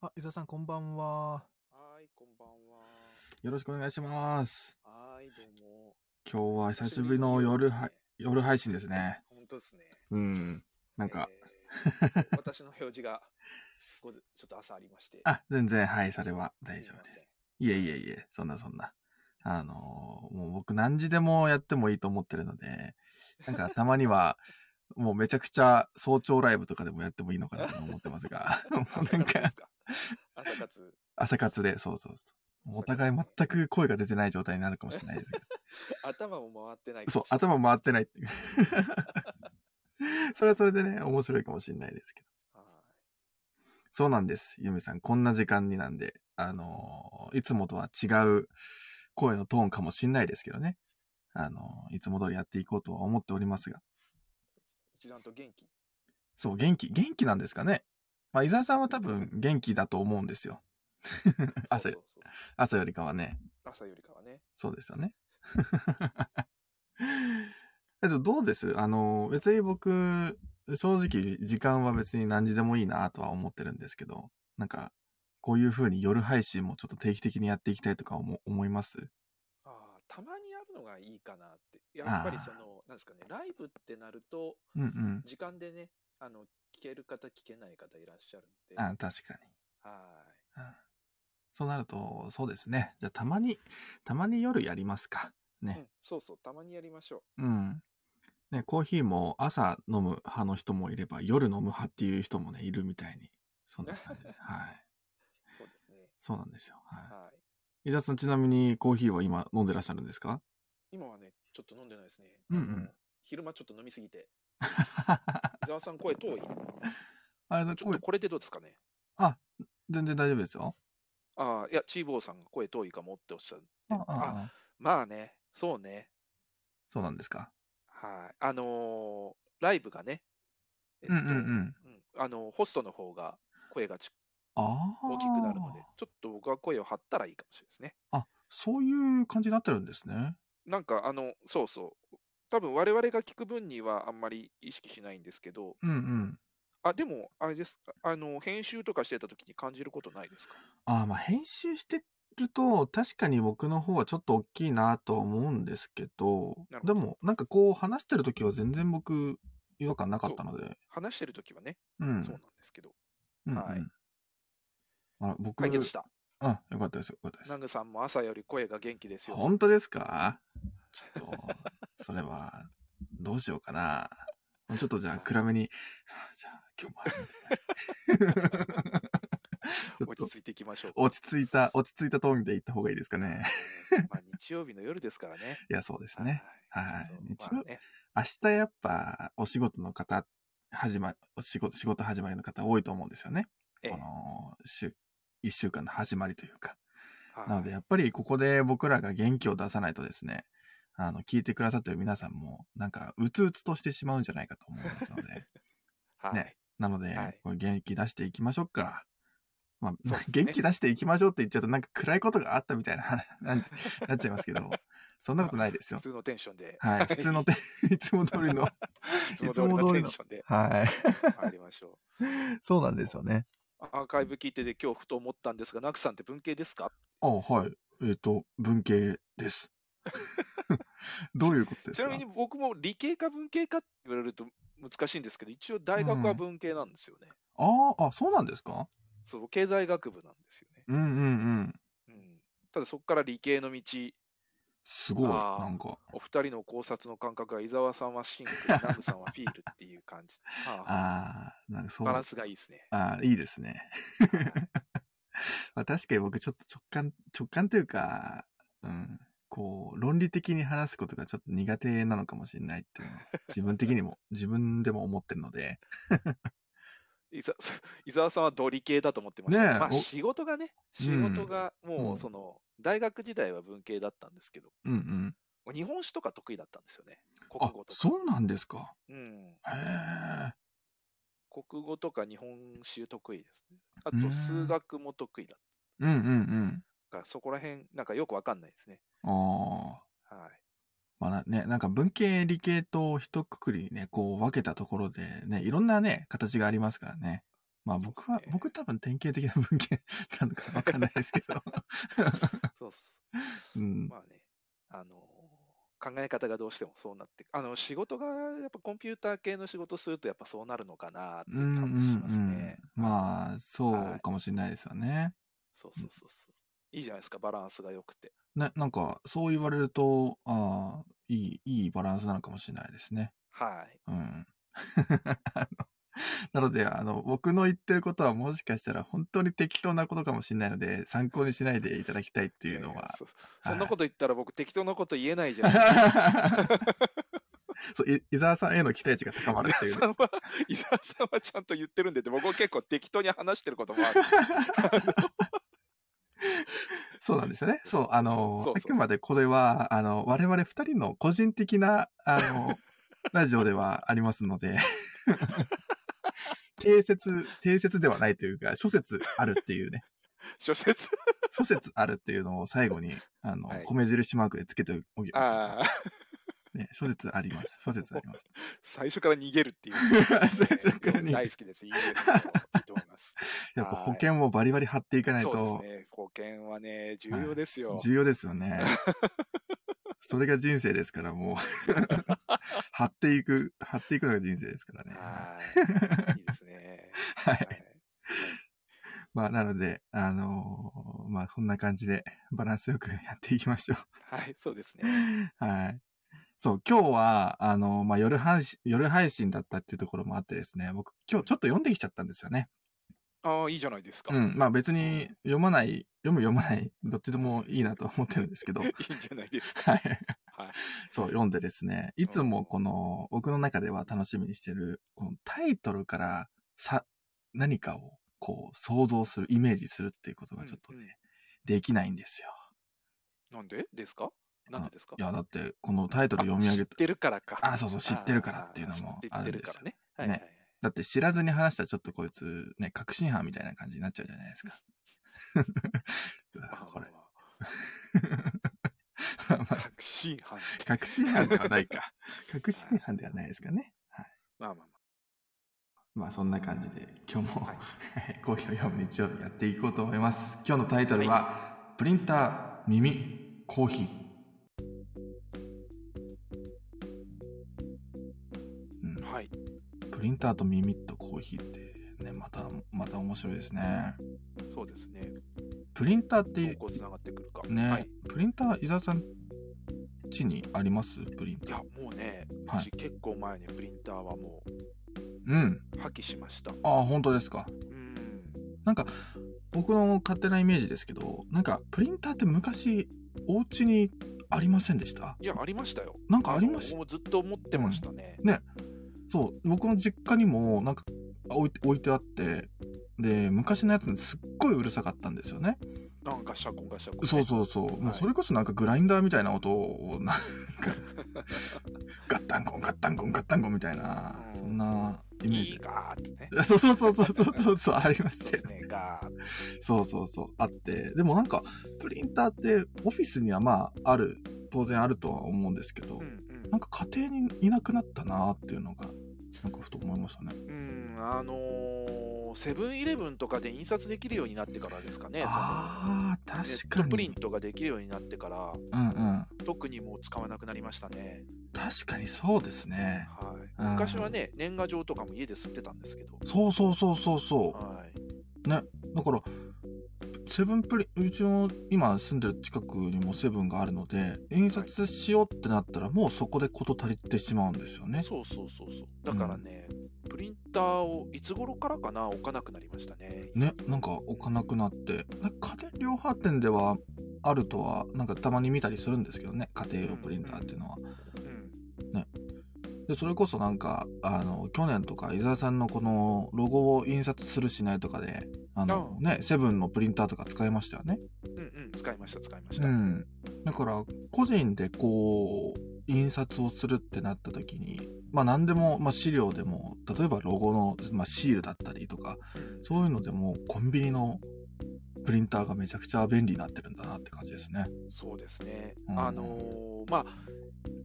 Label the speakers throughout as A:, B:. A: あ、伊沢さん、こんばんは。
B: はーい、こんばんは。
A: よろしくお願いします。
B: はーい、どうも。
A: 今日は久しぶりの夜は、夜配信ですね。
B: 本当ですね。
A: うん。なんか、
B: えーそう私の表示が、ごずちょっと朝ありまして。
A: あ、全然、はい、それは大丈夫で。
B: すいますせん。
A: いえいえいえ、そんなそんな。あのーもう僕何時でもやってもいいと思ってるので、なんかたまには、 もうめちゃくちゃ早朝ライブとかでもやってもいいのかなと思ってます が、もうなん
B: 朝活で
A: か
B: すか朝活。
A: 朝活で、そうそうそう。もうお互い全く声が出てない状態になるかもしれないですけど
B: 頭も回ってない
A: そう、
B: 頭。
A: 頭回ってないっていう。 それはそれでね、面白いかもしれないですけど。
B: はーい
A: そうなんです。ゆみさん、こんな時間になんで、あのーいつもとは違う声のトーンかもしれないですけどね。あのーいつも通りやっていこうとは思っておりますが。
B: 一段と元気。
A: そう、元気、元気なんですかね。まあ、伊沢さんは多分元気だと思うんですよ。 朝
B: そうそうそう
A: 朝よりかはね。
B: 朝よりかはね。
A: そうですよね。 えっと、どうですあの、別に僕、正直、時間は別に何時でもいいなとは思ってるんですけど、なんか、こういう風に夜配信もちょっと定期的にやっていきたいとか思思います
B: ああ、たまにやるのがいいかなって。やっぱり
A: あー
B: その、なんですかね、ライブってなると、
A: うんうん。
B: 時間でね、あの、聞ける方、聞けない方いらっしゃるんで。は
A: あ、確かに。
B: ーい。
A: うんそうなると、そうですね。じゃあ、たまに、たまに夜やりますか。
B: う
A: ね。
B: ん、そうそう、たまにやりましょ
A: うん。ね、コーヒーも朝飲む派の人もいれば、夜飲む派っていう人もね、いるみたいに。そんな 感じ。はい。
B: う。そうですね。
A: そうなんですよ。は
B: はい。
A: い。伊沢さん、ちなみにコーヒーは今飲んでらっしゃるんですか
B: 今はね、ちょっと飲んでないですね。
A: うんうん
B: あの昼間ちょっと飲みすぎて。伊沢さん声遠い。ちょ
A: あれだ、
B: っと
A: 声、
B: これでどうですかね。
A: 全然大丈夫ですよ。
B: ああ、いや、チーボーさんが声遠いかもっておっしゃって。
A: あああ
B: まあね、そうね。
A: そうなんですか。
B: はい。あのーライブがね、えっ
A: うんうんうん。
B: うんあのホストの方が声がち
A: ああ。
B: 大きくなるので、ちょっと僕は声を張ったらいいかもしれないですね。
A: あ、そういう感じになってるんですね。
B: なんか、あの、そうそう。多分我々が聞く分にはあんまり意識しないんですけど、
A: うんうん。
B: あ、でも、あれです。あの、編集とかしてた時に感じることないですか
A: ああ、まあ、編集してると、確かに僕の方はちょっと大きいなとは思うんですけど
B: なる、ほ
A: で
B: ど
A: も、なんかこう話してる時は全然僕、違和感なかったので。
B: 話してる時はね、
A: うん。
B: そうなんですけど、
A: うんうん
B: はい
A: あ僕、
B: 解決した。
A: あ、よかったですよ、よかったです
B: ナ。グさんも朝より声が元気ですよ。
A: 本当ですかちょっ と、それは、どうしようかな。もうちょっとじゃあ暗めに、はあじゃあ今日も始めてく ださいちょっ
B: 落
A: と
B: ち着いていきましょう。
A: 落ち着いた、落ち着いたトーンで言った方がいいですかね。
B: まあ、日曜日の夜ですからね。
A: いや、そう ですね。はい
B: そう
A: 日曜
B: まあね
A: 明日やっぱお仕事の方、始ま、お仕事、仕事始まりの方多いと思うんですよね。
B: ええ
A: この、週、一週間の始まりというか。
B: はい
A: なので、やっぱりここで僕らが元気を出さないとですね、あの、聞いてくださってる皆さんも、なんか、うつうつとしてしまうんじゃないかと思いますので、
B: はい
A: ねなので、
B: はい
A: これ元気出していきましょうか。まあ、
B: そうですね
A: 元気出していきましょうって言っちゃうと、なんか暗いことがあったみたいな、 なんなっちゃいますけど、そんなことないですよ
B: 普。通のテンションで、
A: はい。普通のて、 いつも通り の。
B: いつも通りのテンションで
A: はい。
B: 参りましょ
A: そうなんですよね。
B: う。 アーカイブ聞いてて今日ふと思ったんですが、ナグさんって文系ですか
A: あ、はい。えっ、と、文系です。 どういうことです
B: ち
A: か
B: なみに僕も理系か文系かって言われると難しいんですけど、一応大学は文系なんですよね。
A: ああ、あ、そうなんですか
B: そう、経済学部なんですよね。
A: うんうんうん。
B: うん、ただそこから理系の道、
A: すごい、
B: あー
A: なんか。
B: お二人の考察の感覚が伊沢さんはシンク、ナムさんはフィールってい う感じ。はあ
A: ああ、なんかそう。
B: バラン
A: あ
B: スがいいですね。
A: あー、いいですね。 まあ、確かに僕ちょっと直感、直感というか、うん、こう、論理的に話すことがちょっと苦手なのかもしれないっていう のは、自分的にも、自分でも思ってるので、
B: 伊沢 伊沢さんはドリ系だと思ってました。
A: ねえ
B: まあ
A: お
B: 仕事がね、仕事が
A: う
B: も
A: ん
B: うその、大学時代は文系だったんですけど、
A: うんうん。
B: 日本史とか得意だったんですよね。国
A: あ
B: 語、とか。
A: そうなんですか。
B: うん。
A: へえ。
B: 国語とか日本史得意ですね。あ
A: うー
B: と
A: ん
B: 数学も得意だっ
A: うんうん
B: たから、そこら辺、なんかよくわかんないですね。
A: うん。ああ。
B: はい。
A: まあなね、なんか文系、理系と一括りにね、こう分けたところでね、いろんなね、形がありますからね。まあ僕は
B: そうです、ね
A: 僕多分典型的な文系なのかわかんないですけ ど。
B: そうっす。
A: うん。
B: まあね、あの考え方がどうしてもそうなって、あの、仕事が、やっぱコンピューター系の仕事すると、やっぱそうなるのかなって
A: うんうん
B: 感じしますね。
A: うん、まあ、そうかもしれないですよね。
B: そうそうそうそう。いいじゃないですか、バランスが良くて。
A: ね、なんか、そう言われると、ああ、いい、いいバランスなのかもしれないですね。
B: はい。
A: うん。 あのなので、あの、僕の言ってることはもしかしたら本当に適当なことかもしれないので、参考にしないでいただきたいっていうの
B: やや
A: は。
B: そそんなこと言ったら僕適当なこと言えないじゃん。
A: そう、い伊沢さんへの期待値が高まる って
B: 伊
A: いう
B: 沢さんは、伊沢さんはちゃんと言ってるんでって、僕は結構適当に話してることもある。
A: そうなんですよね。そう、あの、
B: そうそうそう
A: あくまでこれは、あの、我々二人の個人的な、あ の、ラジオではありますので、 定説、定説ではないというか、諸説あるっていう ね、
B: 諸説。
A: 諸説あるっていうのを最後に、あの、
B: はい
A: 米印マークでつけておきましょ
B: ああ、
A: う。ね、諸説あります。諸説あります。
B: 最初から逃げるっていう。
A: 最初から逃げる
B: 大好きです。いいです。いいと思います。
A: やっぱ保険をバリバリ張っていかない
B: そう
A: と
B: ですね。貢献はね、重要ですよ。
A: 重要ですよね。それが人生ですから、 もう。張っていく、張っていくのが人生ですからね。
B: はい。いいですね。
A: は。
B: はいい。
A: まあ、なので、あのーまあ、そんな感じで、バランスよくやっていきましょ
B: はい、そうです
A: う
B: ね。。
A: はい。そう、今日は、あのーまあ、夜配信、夜配信だったっていうところもあってですね、僕、今日ちょっと読んできちゃったんですよね。
B: ああ、いいじゃないですか。
A: う
B: い
A: ん。まあ、別に、読まない、読む読まない、どっちでもいいなと思ってるんです けど、
B: い
A: は
B: んじゃないですか。
A: い。
B: はい。
A: そう、読んでですね、いつもこの、僕の中では楽しみにしてる、このタイトルから、さ、何かを、こう、想像する、イメージするっていうことがちょっとね、
B: うんうん
A: できないんですよ。
B: なんでですかなんでですか
A: いや、だって、このタイトル読み上げ
B: あ知ってるからか。
A: あそうそう知ってるからっていうのも
B: あー知ってるからね。はいはいはい。
A: だって知らずに話したらちょっとこいつ、ね、確信犯みたいな感じになっちゃうじゃないですか。う
B: まあ
A: わこれ。
B: ま あ
A: ま
B: まあ
A: あ
B: 確信犯。
A: 確信犯ではないか。確信犯ではないですかね。はい。
B: まあまあまあ。
A: まあそんな感じで今日も、
B: はい
A: コーヒーを読む日曜日やっていこうと思います。今日のタイトルは、プリンター、耳、コーヒー。うん、
B: はい。
A: プリンターと耳とコーヒーってね、また、また面白いですね。
B: そうですね。
A: プリンターって
B: こうつながってくるか。
A: ね、
B: はい。
A: プリンター、伊沢さん、地にありますプリン
B: い
A: ター
B: や。、もうね、
A: はい
B: 私結構前にプリンターはも
A: うん。
B: う破棄しました。
A: ああ、本当ですか。
B: うん。
A: なんか、僕の勝手なイメージですけど、なんか、プリンターって昔、お家にありませんでした
B: いや、ありましたよ。
A: なんかありました
B: もうずっと思ってましたね。
A: そう、僕の実家にも、なんか、あ置いて置いてあって、で、昔のやつすっごいうるさかったんですよね。
B: なんかシャコンガシャコン。
A: そうそうそう。もうそれこそなんかグラインダーみたいな音を、なんか、ガッタンゴン、ガッタンゴン、ガッタンゴンみたいな、
B: うん
A: そんなイメー
B: いい
A: ジ。
B: かーってね。
A: そうそうそうそうそうそうそう、ありまし
B: そう
A: た
B: で
A: よ
B: すね、ガーッ
A: そうそうそう、あって。でもなんか、プリンターってオフィスにはまあ、ある、当然あるとは思うんですけど、
B: うんうん
A: なんか家庭にいなくなったなっていうのが、なんかふと思いましたね。
B: うん、あのーセブンイレブンとかで印刷できるようになってからですかね、
A: ああ、
B: そのネ
A: 確
B: ッ
A: か
B: トプリ
A: に
B: ン。トができるようになってから、
A: うんうん。
B: 特にもう使わなくなりましたね。
A: 確かにそうですね。
B: はい、
A: うん
B: 昔はね、年賀状とかも家で吸ってたんですけど、
A: そうそうそうそうそう。
B: はい、
A: だから、セブンプリン、うちの今住んでる近くにもセブンがあるので、印刷しようってなったら、もうそこで事足りてしまうんですよね。
B: そうそうそうそう。だからね、プリンターをいつ頃からかな、置かなくなりましたね。
A: ね、なんか置かなくなって、ね家電量販店ではあるとは、なんかたまに見たりするんですけどね、家庭用プリンターっていうのは。
B: うん、
A: で、それこそなんか、あの、去年とか、伊沢さんのこのロゴを印刷するしないとかで、あのね、セブンのプリンターとか使いましたよね。
B: うん、うん、使いました、使いました。
A: うん、だから個人でこう印刷をするってなった時に、まあ、何でも、まあ、資料でも例えばロゴの、まあ、シールだったりとか
B: うん
A: そういうのでもコンビニのプリンターがめちゃくちゃ便利になってるんだなって感じですね。
B: そうですね。
A: うん
B: あのーまあ、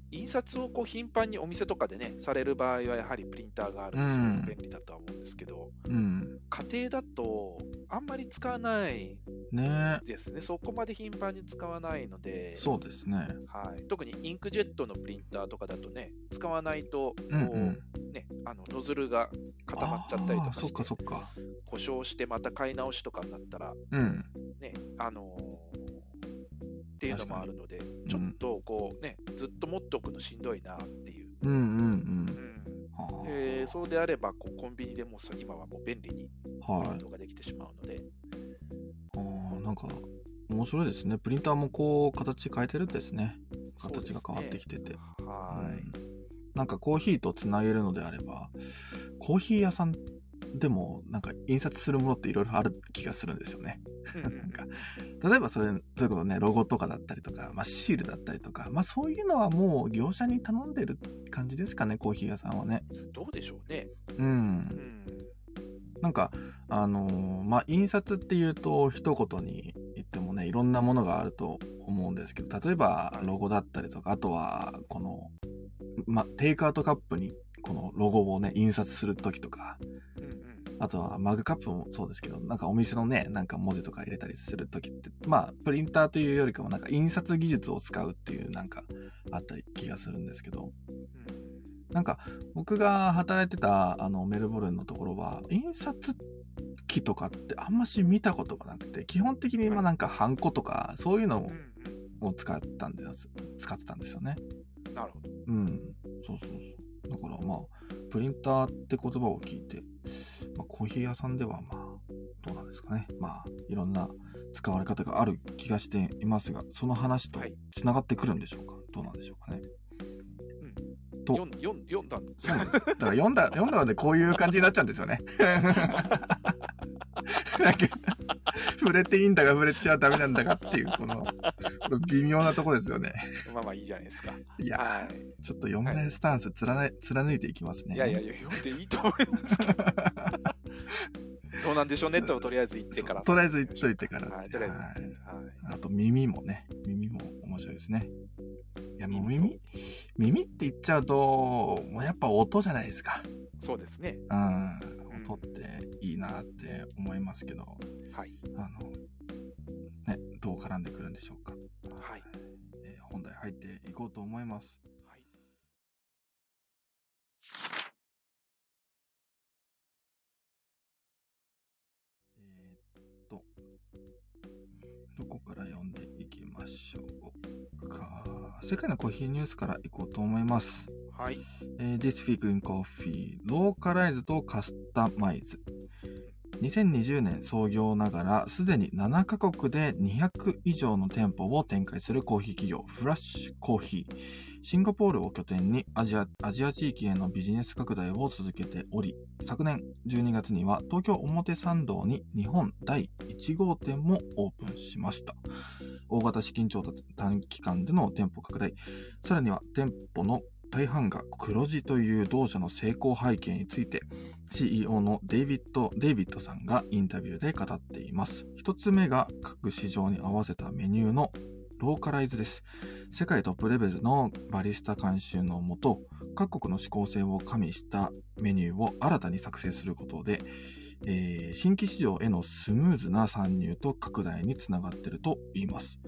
B: 印刷をこう頻繁にお店とかでね、される場合はやはりプリンターがあるとすご
A: うん
B: く便利だとは思うんですけど、
A: うん。
B: 家庭だとあんまり使わない
A: ね
B: ですね。そこまで頻繁に使わないので、
A: そうですね。
B: はい、特にインクジェットのプリンターとかだとね、使わないとこう、
A: うんうん。
B: ね、あのノズルが固まっちゃったりと
A: あ
B: か
A: ーそ
B: し
A: っか
B: て
A: そっか。
B: 故障してまた買い直しとかになったら、
A: うん。
B: ね、あのーっていうのもあるので、
A: に
B: ちょっとこうね、ずっと持っておくのしんどいなっていう。
A: うんうん
B: う
A: うんん。はあ
B: でそうであればこう、コンビニでもさ今はもう便利に
A: は
B: プリン
A: い。
B: トができてしまうので、
A: あーなんか、面白いですね。プリンターもこう、形変えてるんですね。
B: そうです
A: 形
B: ね
A: が変わってきてて。
B: は
A: う
B: い
A: ん。なんかコーヒーとつなげるのであれば、コーヒー屋さんでもなんか印刷するものっていろいろある気がするんですよね。
B: うんうん
A: なんか、例えばそれ、そういうことね、ロゴとかだったりとか、まあシールだったりとか、まあそういうのはもう業者に頼んでる感じですかね、コーヒー屋さんはね。
B: どうでしょうね。
A: うん
B: う。ん
A: なんか、あのーまあ、印刷っていうと、一言に言ってもね、いろんなものがあると思うんですけど、例えば、ロゴだったりとか、あとは、この、まあ、テイクアウトカップに、このロゴをね、印刷するときとか、
B: うんうん
A: あとはマグカップもそうですけど、なんかお店のね、なんか文字とか入れたりするときって、まあ、プリンターというよりかも、なんか印刷技術を使うっていう、なんか、あったり気がするんですけど、
B: うん
A: なんか僕が働いてたあのメルボルンのところは印刷機とかってあんまし見たことがなくて基本的にまあなんかハンコとかそういうの
B: うんうん
A: を使ったんです使ってたんですよね。
B: なるほど。
A: うんそうそうそうだからまあプリンターって言葉を聞いて、まあ、コーヒー屋さんではまあどうなんですかねまあいろんな使われ方がある気がしていますがその話と
B: はい
A: つながってくるんでしょうか、どうなんでしょうかね。と
B: 読ん読ん読んだん
A: そうなんです。だから読んだ、読んだのでこういう感じになっちゃうんですよね。 なんか、触れていいんだが触れちゃダメなんだがっていう、この、この微妙なとこですよね。
B: まあまあいいじゃないですか。
A: いや
B: は
A: ー、ちょっと読めないスタンス貫い貫いていきます
B: い。
A: ね。
B: いやいやいや、読んでいいと思います けど。どうなんでしょうねってとりあえず言ってから。
A: そうとりあえず言っといてから
B: はい、とりあえず言ってから。はい
A: あと耳もね、耳も面白いですね。いや、もう耳、耳って言っちゃうと、もうやっぱ音じゃないですか。
B: そうですね。
A: うん
B: うん、
A: 音っていいなって思いますけど。
B: はい。
A: あの、ね、どう絡んでくるんでしょうか。
B: はい。
A: えー本題入っていこうと思います。
B: はい
A: えーっと、どこから読んでいきましょうか。世界のコーヒーニュースからいこうと思います。
B: はい。
A: えー This Week in Coffee ローカライズとカスタマイズ2020年創業ながらすでに7カ国で200以上の店舗を展開するコーヒー企業フラッシュコーヒーシンガポールを拠点にアジアアジア地域へのビジネス拡大を続けており昨年12月には東京表参道に日本第1号店もオープンしました大型資金調達短期間での店舗拡大さらには店舗の大半が黒字という同社の成功背景について CEO のデイビッド・デイビッドさんがインタビューで語っています。一つ目が各市場に合わせたメニューのローカライズです。世界トップレベルのバリスタ監修のもと、各国の指向性を加味したメニューを新たに作成することで、えー新規市場へのスムーズな参入と拡大につながっていると言います。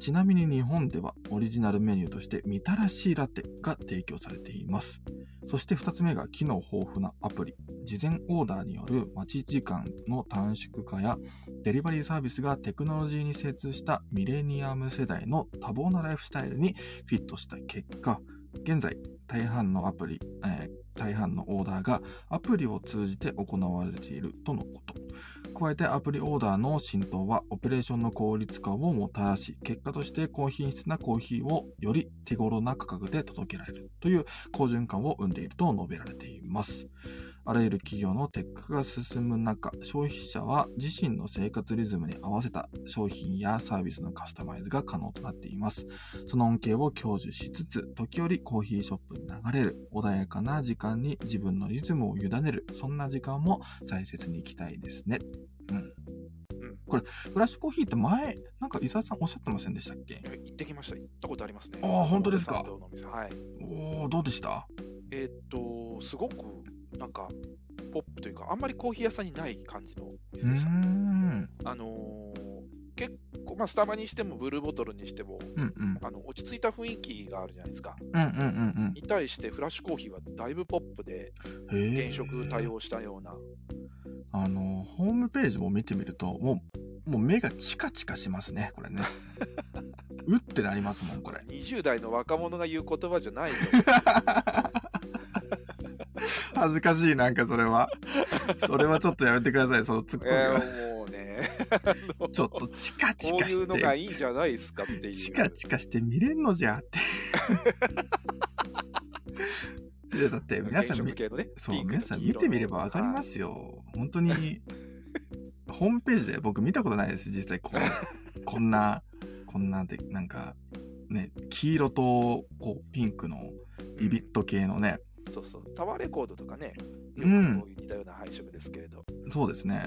A: ちなみに日本ではオリジナルメニューとしてみたらしラテが提供されています。そして2つ目が機能豊富なアプリ。事前オーダーによる待ち時間の短縮化やデリバリーサービスがテクノロジーに精通したミレニアム世代の多忙なライフスタイルにフィットした結果、現在大半のアプリ、えー大半のオーダーがアプリを通じて行われているとのこと。加えてアプリオーダーの浸透はオペレーションの効率化をもたらし、結果として高品質なコーヒーをより手頃な価格で届けられるという好循環を生んでいると述べられています。あらゆる企業のテックが進む中、消費者は自身の生活リズムに合わせた商品やサービスのカスタマイズが可能となっています。その恩恵を享受しつつ、時折コーヒーショップに流れる穏やかな時間に自分のリズムを委ねる、そんな時間も大切にいきたいですね。
B: うん。
A: これ、フラッシュコーヒーって前、なんか伊沢さんおっしゃってませんでしたっけ
B: いや行ってきました。行ったことありますね。
A: あー本当ですか
B: 山田さんとのお店はい。
A: おー、どうでした
B: えーっと、すごく、なんか、ポップというか、あんまりコーヒー屋さんにない感じのお
A: うー
B: 店でした。
A: ん。
B: あのー結構、まあ、スタバにしても、ブルーボトルにしても、
A: うんうん。
B: あの落ち着いた雰囲気があるじゃないですか。
A: うんうん
B: に対して、フラッシュコーヒーはだいぶポップで、
A: うんうん。へ
B: 原色対応したような。
A: あの、ホームページも見てみると、もう、もう目がチカチカしますね、これ ね。うってなりますもん、これ。
B: 20代の若者が言う言葉じゃ ないよ。
A: 恥ずかしい、なんかそれは。それはちょっとやめてください、そのツッコ
B: え
A: ミは。
B: ーもうね、
A: ちょっとチカチ
B: こう
A: カ
B: い
A: し
B: うのが
A: て、
B: いいんじゃないですかっていう。
A: チカチカして見れんのじゃ って。いやだって皆さん
B: 原
A: み
B: 色系のね、。
A: そう皆さん見てみればわかりますすよ本当に ホームページで僕見たことないです実際こ うこんなこんなでなんかね黄色とこうピンクのビビット系のね
B: そうそう、タワーレコードとかね、よ
A: うん
B: くこういう似たような配色ですけれど、
A: そうですね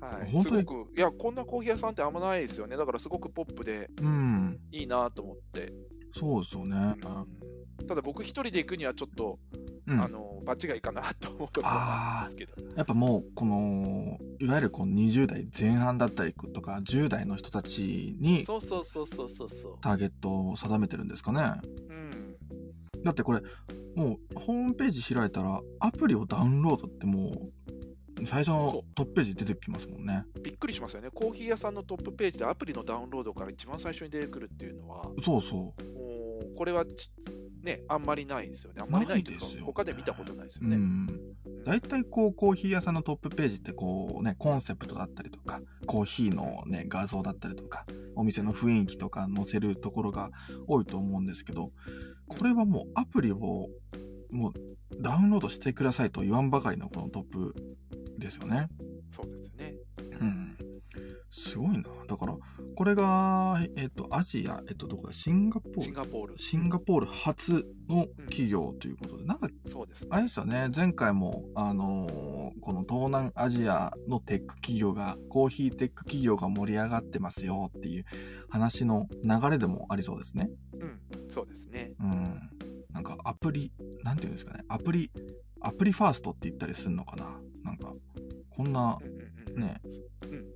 B: はい、
A: 本
B: す
A: 当に
B: ごく、いや、こんなコーヒー屋さんってあんまないですよね、だからすごくポップで
A: うん
B: いいなと思って、
A: そうですよね
B: うんただ僕一人で行くにはちょっと、
A: うん
B: あのバチがいいかなと思うところなんですけど、
A: やっぱもうこのいわゆるこう20代前半だったりとか10代の人たちに
B: そうそうそうそうそうそ
A: ターゲットを定めてるんですかね
B: う、うん、
A: だってこれもうホームページ開いたらアプリをダウンロードってもう最初
B: そ
A: の
B: う
A: トップページ出てきますもんね
B: びっくりしますよね、コーヒー屋さんのトップページでアプリのダウンロードから一番最初に出てくるっていうのは、
A: そうそう
B: もうこれはちね、あんまりないですよね、あんまりないという
A: な
B: か
A: いですよ、ね
B: 他で見たことないですよ
A: う
B: ね。
A: ん大体こうコーヒー屋さんのトップページってこうねコンセプトだったりとかコーヒーのね画像だったりとかお店の雰囲気とか載せるところが多いと思うんですけどこれはもうアプリをもうダウンロードしてくださいと言わんばかりのこのトップですよね
B: そうですよね。
A: うんすごいな。だから、これが、えっと、アジア、えっと、どこだ、シンガポ
B: シ
A: ー
B: ン
A: ル。
B: ガポール。
A: シンガポール初の企業ということで、なんか、
B: そうですね。
A: あれですよね、前回も、あのーこの東南アジアのテック企業が、コーヒーテック企業が盛り上がってますよっていう話の流れでもありそうですね。
B: うん、そうですね。
A: うん。なんか、アプリ、なんていうんですかね、アプリ、アプリファーストって言ったりするのかな。なんか、こんな
B: うんうんうん。
A: ね、
B: うんうん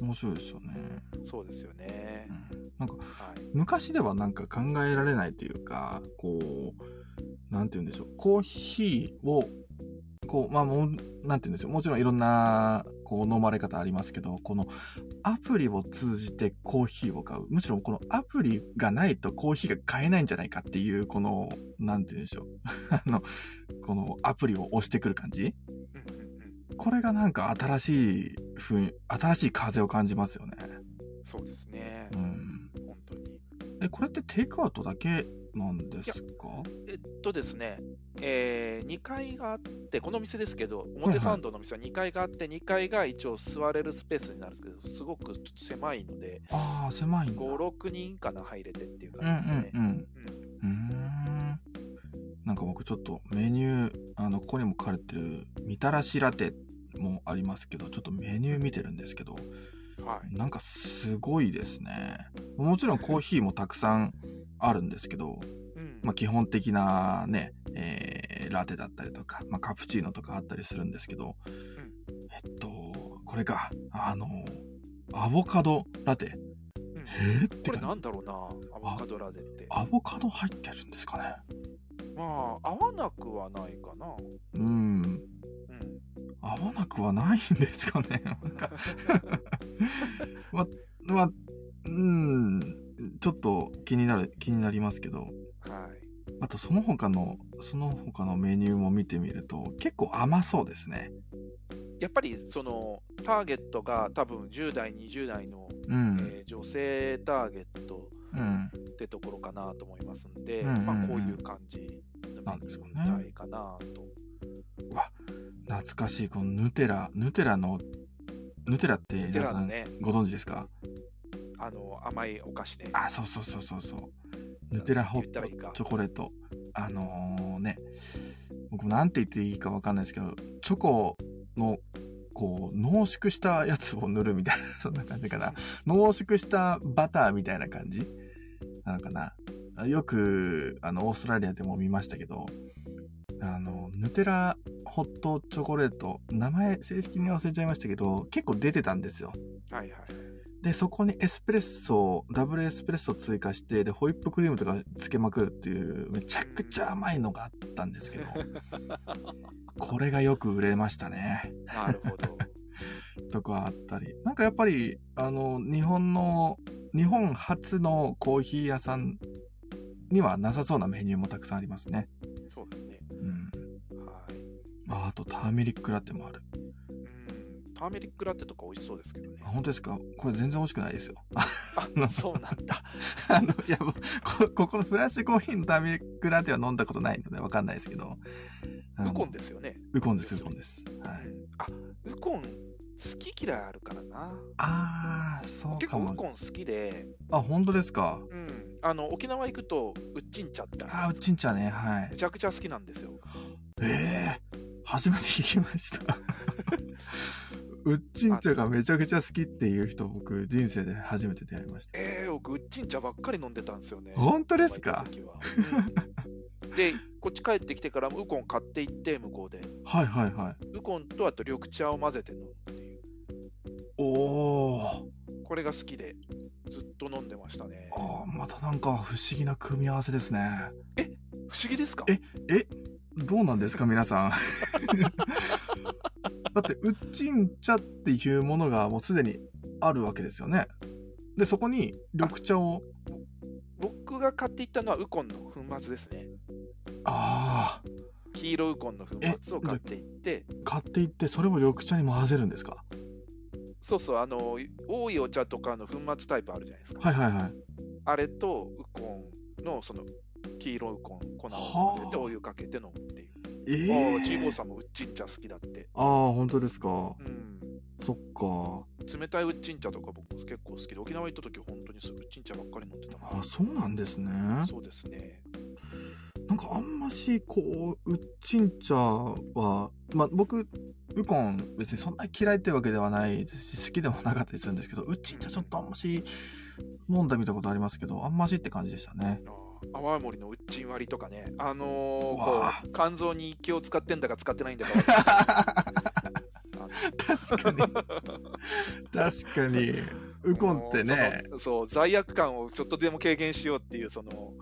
A: 面白いですよね。
B: うん。そうですよね
A: う。んなんか
B: はい。
A: 昔ではなんか考えられないというかこうなんて言うんでしょうコーヒーをこうまあもうなんて言うんですよもちろんいろんなこう飲まれ方ありますけどこのアプリを通じてコーヒーを買うむしろこのアプリがないとコーヒーが買えないんじゃないかっていうこのなんて言うんでしょう あのこのアプリを押してくる感じ
B: うんうんうん。
A: これがなんか新しい雰囲新しい風を感じますよね。
B: そうですね
A: う。ん
B: 本当に。
A: え、これってテイクアウトだけなんですか
B: えっとですね、えー、2階があって、このお店ですけど、表参道のお店は2階があって、2階が一応座れるスペースになるんですけど、すごくちょっと狭いので、
A: ああ、狭いんだ。
B: 5、6人かな、入れてっていう
A: うんう
B: 感じですね。
A: んうん。うーん。なんか僕ちょっとメニュー、あの、ここにも書かれてる、みたらしラテもありますけど、ちょっとメニュー見てるんですけど、
B: はい。
A: なんかすごいですね。もちろんコーヒーもたくさんあるんですけど、
B: うん
A: まあ、基本的なね、えーラテだったりとか、まあ、カプチーノとかあったりするんですけど、えっと、これか、あの、アボカドラテ。
B: うん
A: えー、って
B: これ
A: 感
B: な
A: じ
B: んだろうな、アボカドラデって。
A: アボカド入ってるんですかね。
B: まあ、合わなくはないかな。
A: うん。
B: うん。
A: 合わなくはないんですか ね。なんか ま、ま、うん。ちょっと気になる、気になりますけど。
B: はい。
A: あとその他の、その他のメニューも見てみると、結構甘そうですね。
B: やっぱりそのターゲットが多分10代、20代の、
A: うん。
B: えー女性ターゲット
A: うん。
B: ってところかなと思いますんで、
A: うんうんうん
B: まあ、こういう感じの
A: なん
B: メ
A: で
B: ニ
A: す
B: ュ
A: かね
B: ーみたいかなと。
A: 懐かしい、このヌテラ、ヌテラの、ヌテラって
B: テ
A: 皆
B: ラ
A: さ
B: の
A: ん
B: ね、
A: ご存知ですか
B: あの甘いお菓子ね。
A: あ、そうそうそうそうそう。ヌテラホッ
B: 言ったらいいか
A: トチョコレート。あのーね、僕もなんて言っていいかわかんないですけど、チョコのこう、濃縮したやつを塗るみたいな、 そんな感じかな。濃縮したバターみたいな感じなのかな。あよく、あの、オーストラリアでも見ましたけど、あの、ヌテラホットチョコレート、名前正式に忘れちゃいましたけど、結構出てたんですよ。
B: はいはい。
A: で、そこにエスプレッソ、ダブルエスプレッソ追加して、で、ホイップクリームとかつけまくるっていう、めちゃくちゃ甘いのがあったんですけど、これがよく売れましたね。
B: なるほど。
A: とかあったりなんかやっぱりあの日本の日本初のコーヒー屋さんにはなさそうなメニューもたくさんありますね、
B: そうですね。
A: うん、
B: はい。
A: ああとターメリックラテもある
B: うん。ターメリックラテとか美味しそうですけどね
A: あ。本当ですかこれ全然美味しくないですよ
B: あ、そうなんだ。
A: あのいやもうこここのフラッシュコーヒーのターメリックラテは飲んだことないのでわかんないですけどあの
B: ウコンですよね。
A: ウコンですウコンです、は
B: う
A: い、
B: んあ、ウコン好き嫌いあるからな。
A: ああそう
B: 結
A: か
B: 構ウ
A: も
B: コン好きで、
A: あ本当ですか
B: うん。あの、沖縄行くと、ウッチン茶って
A: あ
B: あ
A: ー
B: る
A: うちんちゃねはい
B: めちゃくちゃ好きなんですよ。
A: ええ初めて聞きま した。うっちん茶がめちゃくちゃ好きっていう人、僕、人生で初めて出会いました。
B: ええ僕、ウッチン茶ばっかり飲んでたんですよね。
A: 本当ですか
B: 沖縄行った時はうんで、こっち帰ってきてからウコン買っていって、向こうで。
A: はいはいはい。
B: ウコンとあと緑茶を混ぜて飲むっていう。
A: おお。
B: これが好きで、ずっと飲んでましたね。
A: あーまたなんか不思議な組み合わせですね。
B: 不思議ですか
A: えどうなんですか、皆 さん。だって、うっちん茶っていうものがもうすでにあるわけですよね。で、そこに緑茶を、
B: 僕が買っていったのはウコンの粉末ですね。
A: ああ、
B: 黄色ウコンの粉末を買っていって、
A: 買っていって、それを緑茶に混ぜるんですか
B: そうそう、あの、多いお茶とかの粉末タイプあるじゃないですか。
A: はいはいはい。
B: あれとウコンのその黄色ウコン、粉を混ぜて
A: はあ
B: お湯かけて飲むっていう。
A: え
B: ああ、
A: ー
B: ジーボーさんもウッチン茶好きだって。
A: ああ、本当ですか。
B: うん。
A: そっか。
B: 冷たいウッチン茶とか僕も結構好きで、沖縄行った時本当にそうウッチン茶ばっかり飲んでたか
A: あそうなんですね。
B: ら。そうですね。
A: なんかあんまし、こう、うっちん茶は、まあ僕、ウコン別にそんな嫌いってわけではないですし、好きでもなかったりするんですけど、うっちん茶ちょっとあんまし、飲んだ見たことありますけど、あんましって感じでしたね。
B: ああ泡盛のウッチン割りとかね、あのー
A: うわ
B: こう肝臓に気を使ってんだか使ってないんだか分かんない
A: 確かに。確かに。 ウコンってね、
B: そのそう罪悪感をちょっとでも軽減しようっていうその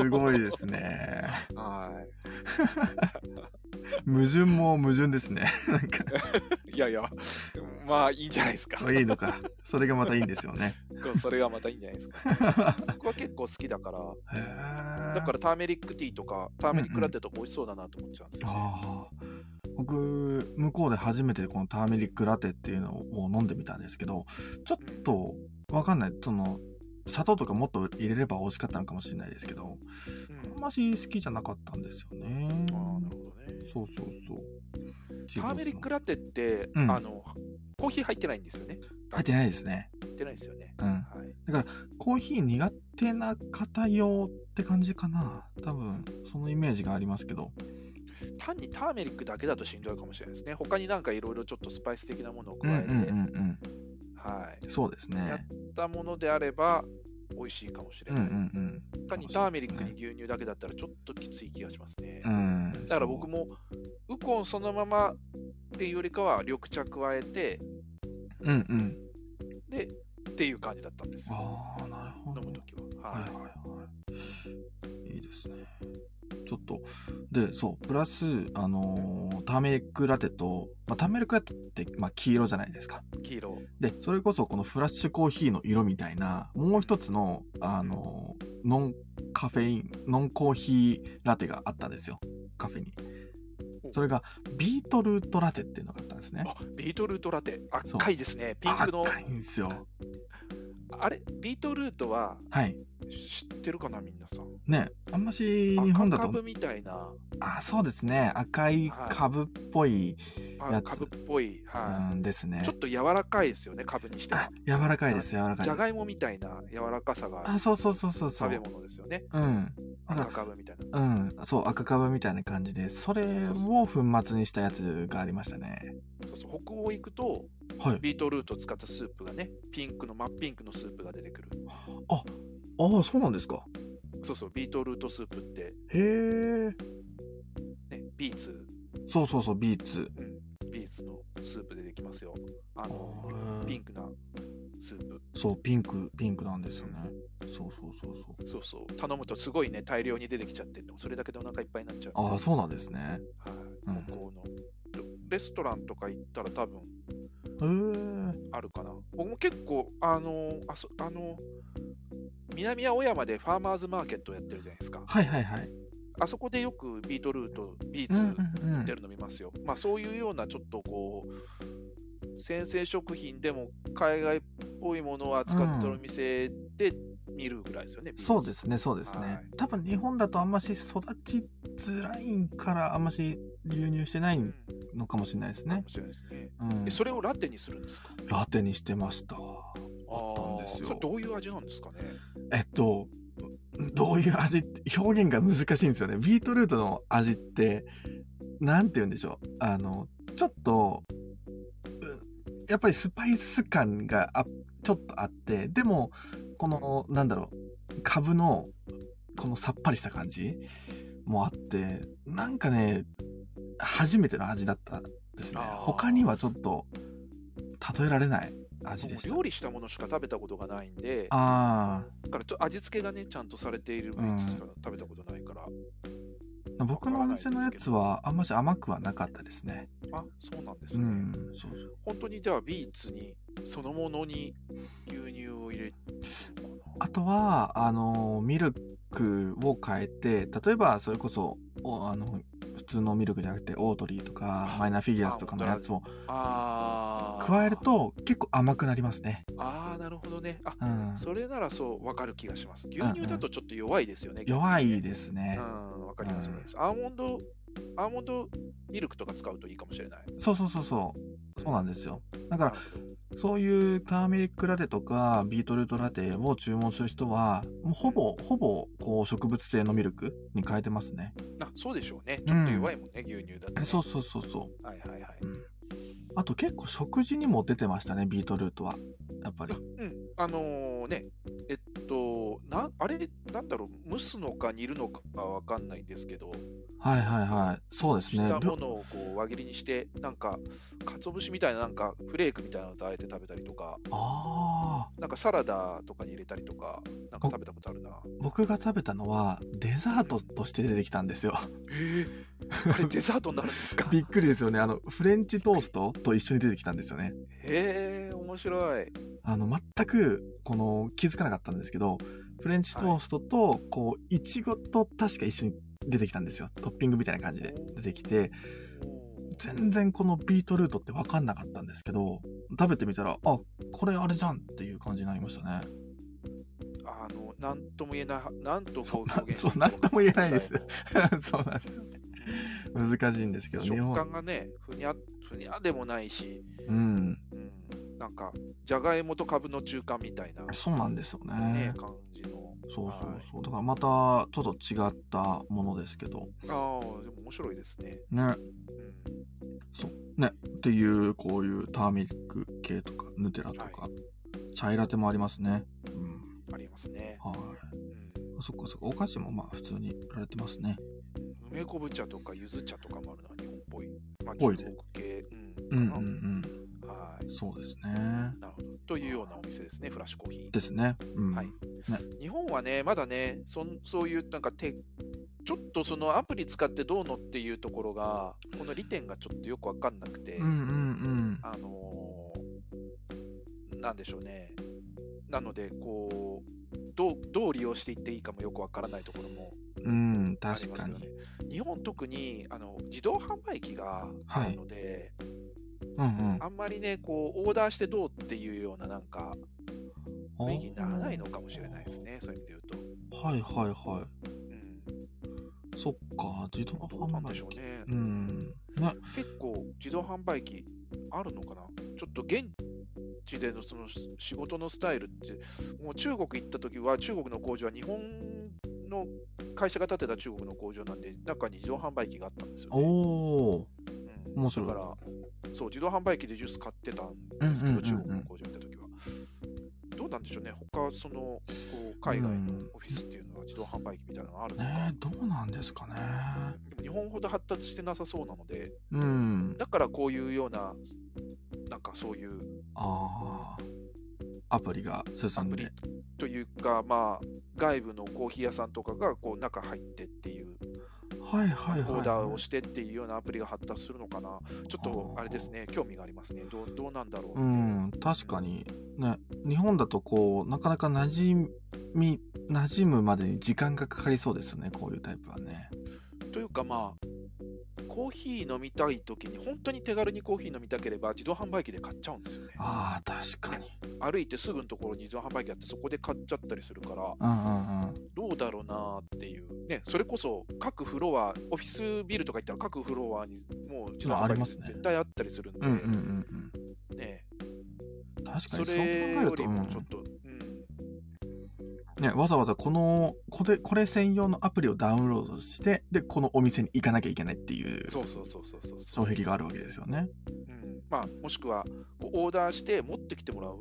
A: すごいですね。
B: は
A: 矛盾も矛盾ですね。 なんか、
B: いいやいやまあいいんじゃないですか
A: いいのか。それがまたいいんですよね。
B: でもそれがまたいいんじゃないですか 僕は結構好きだから
A: へー
B: だからターメリックティーとかターメリックラテとか美味しそうだなと思っちゃうんですよ、ね
A: ああ僕向こうで初めてこのターメリックラテっていうのを飲んでみたんですけどちょっとわかんないその砂糖とかもっと入れれば美味しかったのかもしれないですけどあんまし好きじゃなかったんですよね
B: うん、ああなるほどね
A: そうそうそう
B: ターメリック
A: ラ
B: ラテって、
A: うん
B: あのコーヒー入ってないんですよね
A: テ入ってないですね
B: 入ってないですよね
A: うん
B: はい
A: コーヒー苦手な方用って感じかな多分そのイメージがありますけど
B: 単にターメリックだけだとしんどいかもしれないですね他になんかいろいろちょっとスパイス的なものを加
A: うんうん
B: えて、
A: うん
B: はい
A: うんそうです
B: やっ
A: ね
B: たものであれば美味しいかもしれ
A: うんう
B: ない。
A: んうん
B: 単にターメリック
A: かもしれないですね
B: に牛乳だけだったらちょっときつい気がしますね。
A: うん
B: だから僕もウコンそのままっていうよりかは緑茶加えて
A: うんうん
B: でっていう感じだったんですよ。
A: ああ、なるほ
B: 飲
A: ど。
B: む時は。
A: はい
B: は
A: はい
B: い。
A: はい。いいですね。ちょっと、で、そう、プラス、あのーターメリックラテと、まあ、ターメリックラテって、まあ、黄色じゃないですか。
B: 黄色。
A: で、それこそこのフラッシュコーヒーの色みたいな、もう一つの、あのーノンカフェイン、ノンコーヒーラテがあったんですよ。カフェに。それが、ビートルートラテっていうのがあったんですね。
B: あビートルートラテ。
A: そう
B: 赤いですね。ピンクの。
A: 赤いんですよ。
B: あれビートルートは
A: はい。
B: 知ってるかなみんなさん。
A: ね、あんまし日本
B: 赤
A: だと
B: 株みたいな
A: あそうですね赤い株っぽい、
B: あ
A: やつ
B: 株っぽい。は
A: うんですね
B: い。ちょっと柔らかいですよね、株にしては
A: あ。柔らかいです柔らかい
B: じゃが
A: です
B: いもみたいな柔らかさがある
A: あそうそうそうそうそ
B: 食べ
A: う
B: 物ですよね。
A: うんだ
B: 赤
A: か
B: かぶみたいな。
A: らうんそう赤株みたいな感じでそれを粉末にしたやつがありましたね
B: そうそう。北欧行くと、
A: はい。
B: ビートルートを使ったスープがね、ピンクの、真っピンクのスープが出てくる。
A: ああ、そうなんですか。
B: そうそう、ビートルートスープって、
A: へえ。
B: ね、ビーツ、
A: そうそうそう、ビーツ。
B: ビーツのスープ出てきますよ。あの、
A: あー
B: ピンクなスープ。
A: そう、ピンク、ピンクなんですよね。そうそうそうそう。
B: そうそう。頼むとすごいね、大量に出てきちゃって、それだけでお腹いっぱいになっちゃう。
A: ああ、そうなんですね。
B: はい、
A: うん
B: 向こうの。レストランとか行ったら多分
A: へえ。
B: あるかな。僕も結構、あのあそ、あの、南青山でファーマーズマーケットやってるじゃないですか。
A: はいはいはい。
B: あそこでよくビートルート、ビー
A: うん
B: ツ
A: うんうん
B: 出。るの見ますよ。まあそういうようなちょっとこう、先生食品でも海外っぽいものを扱ってるお店で見るぐらいですよね。。
A: そうですすね、そうです
B: は
A: ね
B: い。
A: 多分日本だとあんまし育ちづらいから、あんまし流入してないうのかもしれないです
B: ん、か
A: ね
B: も。しれないですね。
A: うん
B: え、それをラテにするんですか
A: ラテにしてました。
B: あ
A: ったん
B: ー
A: ですよ
B: それどういう味なんですかね
A: えっと、どういう味って、表現が難しいんですよね。ビートルートの味って、なんて言うんでしょう。あの、ちょっと、うんやっぱりスパイス感があちょっとあって、でも、この、なんだろう、株の、このさっぱりした感じもあって、なんかね、初めての味だったですね
B: あー。
A: 他にはちょっと、例えられない味でし
B: 僕
A: た
B: 料。理したものしか食べたことがないんで、だ
A: ああ。
B: からちょっと味付けがね、ちゃんとされているものしか食べたことないから、
A: 僕のお店のやつはあんまし甘くはなかったですね。
B: あそうなんです
A: う
B: ね。
A: ん、そうそう。
B: 本当にではビーツに、そのものに牛乳を入れてるのかな
A: あとは、あの、ミルクを変えて、例えばそれこそ、おあの、普通のミルクじゃなくて、オートリーとか
B: あ、
A: マイナーフィギュアスとかの
B: あ
A: やつを
B: あー
A: 加える。と結構甘くなりますね。
B: ああ、なるほどね。あ、
A: うん。
B: それならそう、わかる気がします。牛乳だとちょっと弱いですよね。
A: 弱いですね
B: う。ん、わかります、わかりますアーモンド、アーモンドミルクとか使うといいかもしれない。
A: そうそうそうそう。そうなんですよ。だか
B: な
A: ら
B: る、ほど
A: そういうターメリックラテとか、ビートルートラテを注文する人は、もうほぼ、ほぼ、こう、植物性のミルクに変えてますね。
B: あそうでしょうね。ちょっと弱いもんね、牛乳だと、ね。
A: そうそうそうそう。
B: はいはいはい。
A: うんあと結構食事にも出てましたね、ビートルートは。やっぱり。
B: うん、あのね、えっと、なあれ、なんだろう、蒸すのか煮るのかわかんないんですけど、
A: はいはいはい。そうです
B: し
A: ね。
B: たも
A: 料
B: のをこう輪切りにして、なんか、鰹節みたいな、なんか、フレークみたいなのとあえて食べたりとか、
A: ああ。
B: なんかサラダとかに入れたりとか、なんか食べたことあるな。
A: 僕が食べたのは、デザートとして出てきたんです よ。
B: えー、あれ、デザートになるんですか
A: びっくりですよね。あの、フレンチトーストと一緒に出てきたんですよね。
B: へえ、面白い。
A: あの、全く、この、気づかなかったんですけど、フレンチトーストと、こう、いちごと確か一緒に出てきたんですよ。トッピングみたいな感じで出てきて、全然このビートルートって分かんなかったんですけど、食べてみたら、あ、これあれじゃんっていう感じになりましたね。
B: あの、なんとも言えない、なんと
A: そう
B: も
A: なそうなんとも言えないですそうなんですよね。難しいんですけど、日
B: 食
A: 本。
B: 感がね、ふにゃ、ふにゃでもないし、
A: うん。
B: うん、なんか、じゃがいもとかぶの中間みたいな、
A: そうなんですよ
B: ね
A: ね。、
B: 感じの。
A: そうそ
B: は
A: う
B: い
A: そう。だからまた、ちょっと違ったものですけど。
B: ああ、でも面白いですね。
A: ね。
B: うん、
A: そう。ね。っていう、こういうターメリック系とか、ヌテラとか、チャイラテもありますね。うん。
B: ありますね。
A: はい。
B: うん、
A: そっかそっか。お菓子もまあ、普通に売られてますね。
B: 梅昆布茶とかゆず茶とかもあるのは日本っぽい。まあ、
A: ぽい
B: 中
A: ね
B: 国系。うん。
A: うんうんう。
B: かなんはい。
A: そうですね。
B: なるほど。というようなお店ですね、フラッシュコーヒー。
A: ですね。うん。
B: はい日本はね、まだね、そんそういうなんかて、ちょっとそのアプリ使ってどうのっていうところが、この利点がちょっとよくわかんなくて、
A: うんうんうん。
B: あのーなんでしょうね、なので、こうどう、どう利用していっていいかもよくわからないところも
A: うん、
B: あり
A: 確
B: ます
A: か
B: よね
A: に。。
B: 日本、特にあの自動販売機が
A: は
B: あ
A: い
B: るので、
A: うんうん。
B: あんまりね、こうオーダーしてどうっていうような、なんか、雰囲気にならないのかもしれないですね、そういう意味で言うと。
A: はいはいは
B: うん
A: い。そっか、自動
B: どうな
A: 販
B: ん
A: 売
B: でし
A: 機
B: ょ。うね。
A: うん。ね。
B: 結構自動販売機あるのかなちょっと現地でのそのし仕事のスタイルって、もう中国行った時は中国の工場は日本の会社が建てた中国の工場なんで、中に自動販売機があったんですよ、ね。
A: おー。
B: うん
A: 面白い
B: だから、そう、自動販売機でジュース買ってたんですけ
A: うんうんうんう
B: ど、
A: ん
B: 中国の工場行った時は。どうなんでしょうね、他そのこう海外のオフィスっていうのは自動販売機みたいなのがあるのか、
A: ねえどうなんですかね
B: でも日本ほど発達してなさそうなので、
A: うん
B: だからこういうような、なんかそういう
A: ああアプリが
B: ア
A: 進ん
B: プ
A: で
B: リというか、まあ、外部のコーヒー屋さんとかがこう中入ってっていう、
A: はいはい
B: オ
A: はい
B: ーダーを
A: はい
B: してっていうようなアプリが発達するのかな、ちょっとあれですね、興味がありますね、どうどうなんだろうって
A: う
B: いうん
A: 確かにね日本だとこうなかなか馴染み馴染むまでに時間がかかりそうですねこういうタイプはね
B: というかまあコーヒー飲みたい時に本当に手軽にコーヒー飲みたければ自動販売機で買っちゃうんですよね
A: ああ確かに
B: 歩いてすぐのところに自動販売機あってそこで買っちゃったりするから
A: うんうんうん
B: どうだろうなーっていうねそれこそ各フロアオフィスビルとか行ったら各フロアにもう自動
A: ああり
B: 販売
A: ま
B: 機
A: すね
B: 絶対あったりするんで、
A: うんうんうんうん
B: ね
A: 確か
B: そ
A: にそう考
B: れ
A: え
B: よ
A: ると、
B: り
A: う
B: も
A: ん
B: ちょっと、うん
A: ね、わざわざこのこれこれ専用のアプリをダウンロードしてでこのお店に行かなきゃいけないっていう
B: そうそうそうそうそうそう
A: 障壁があるわけですよね。
B: うんまあ、もしくはこうオーダーして持ってきてもらう、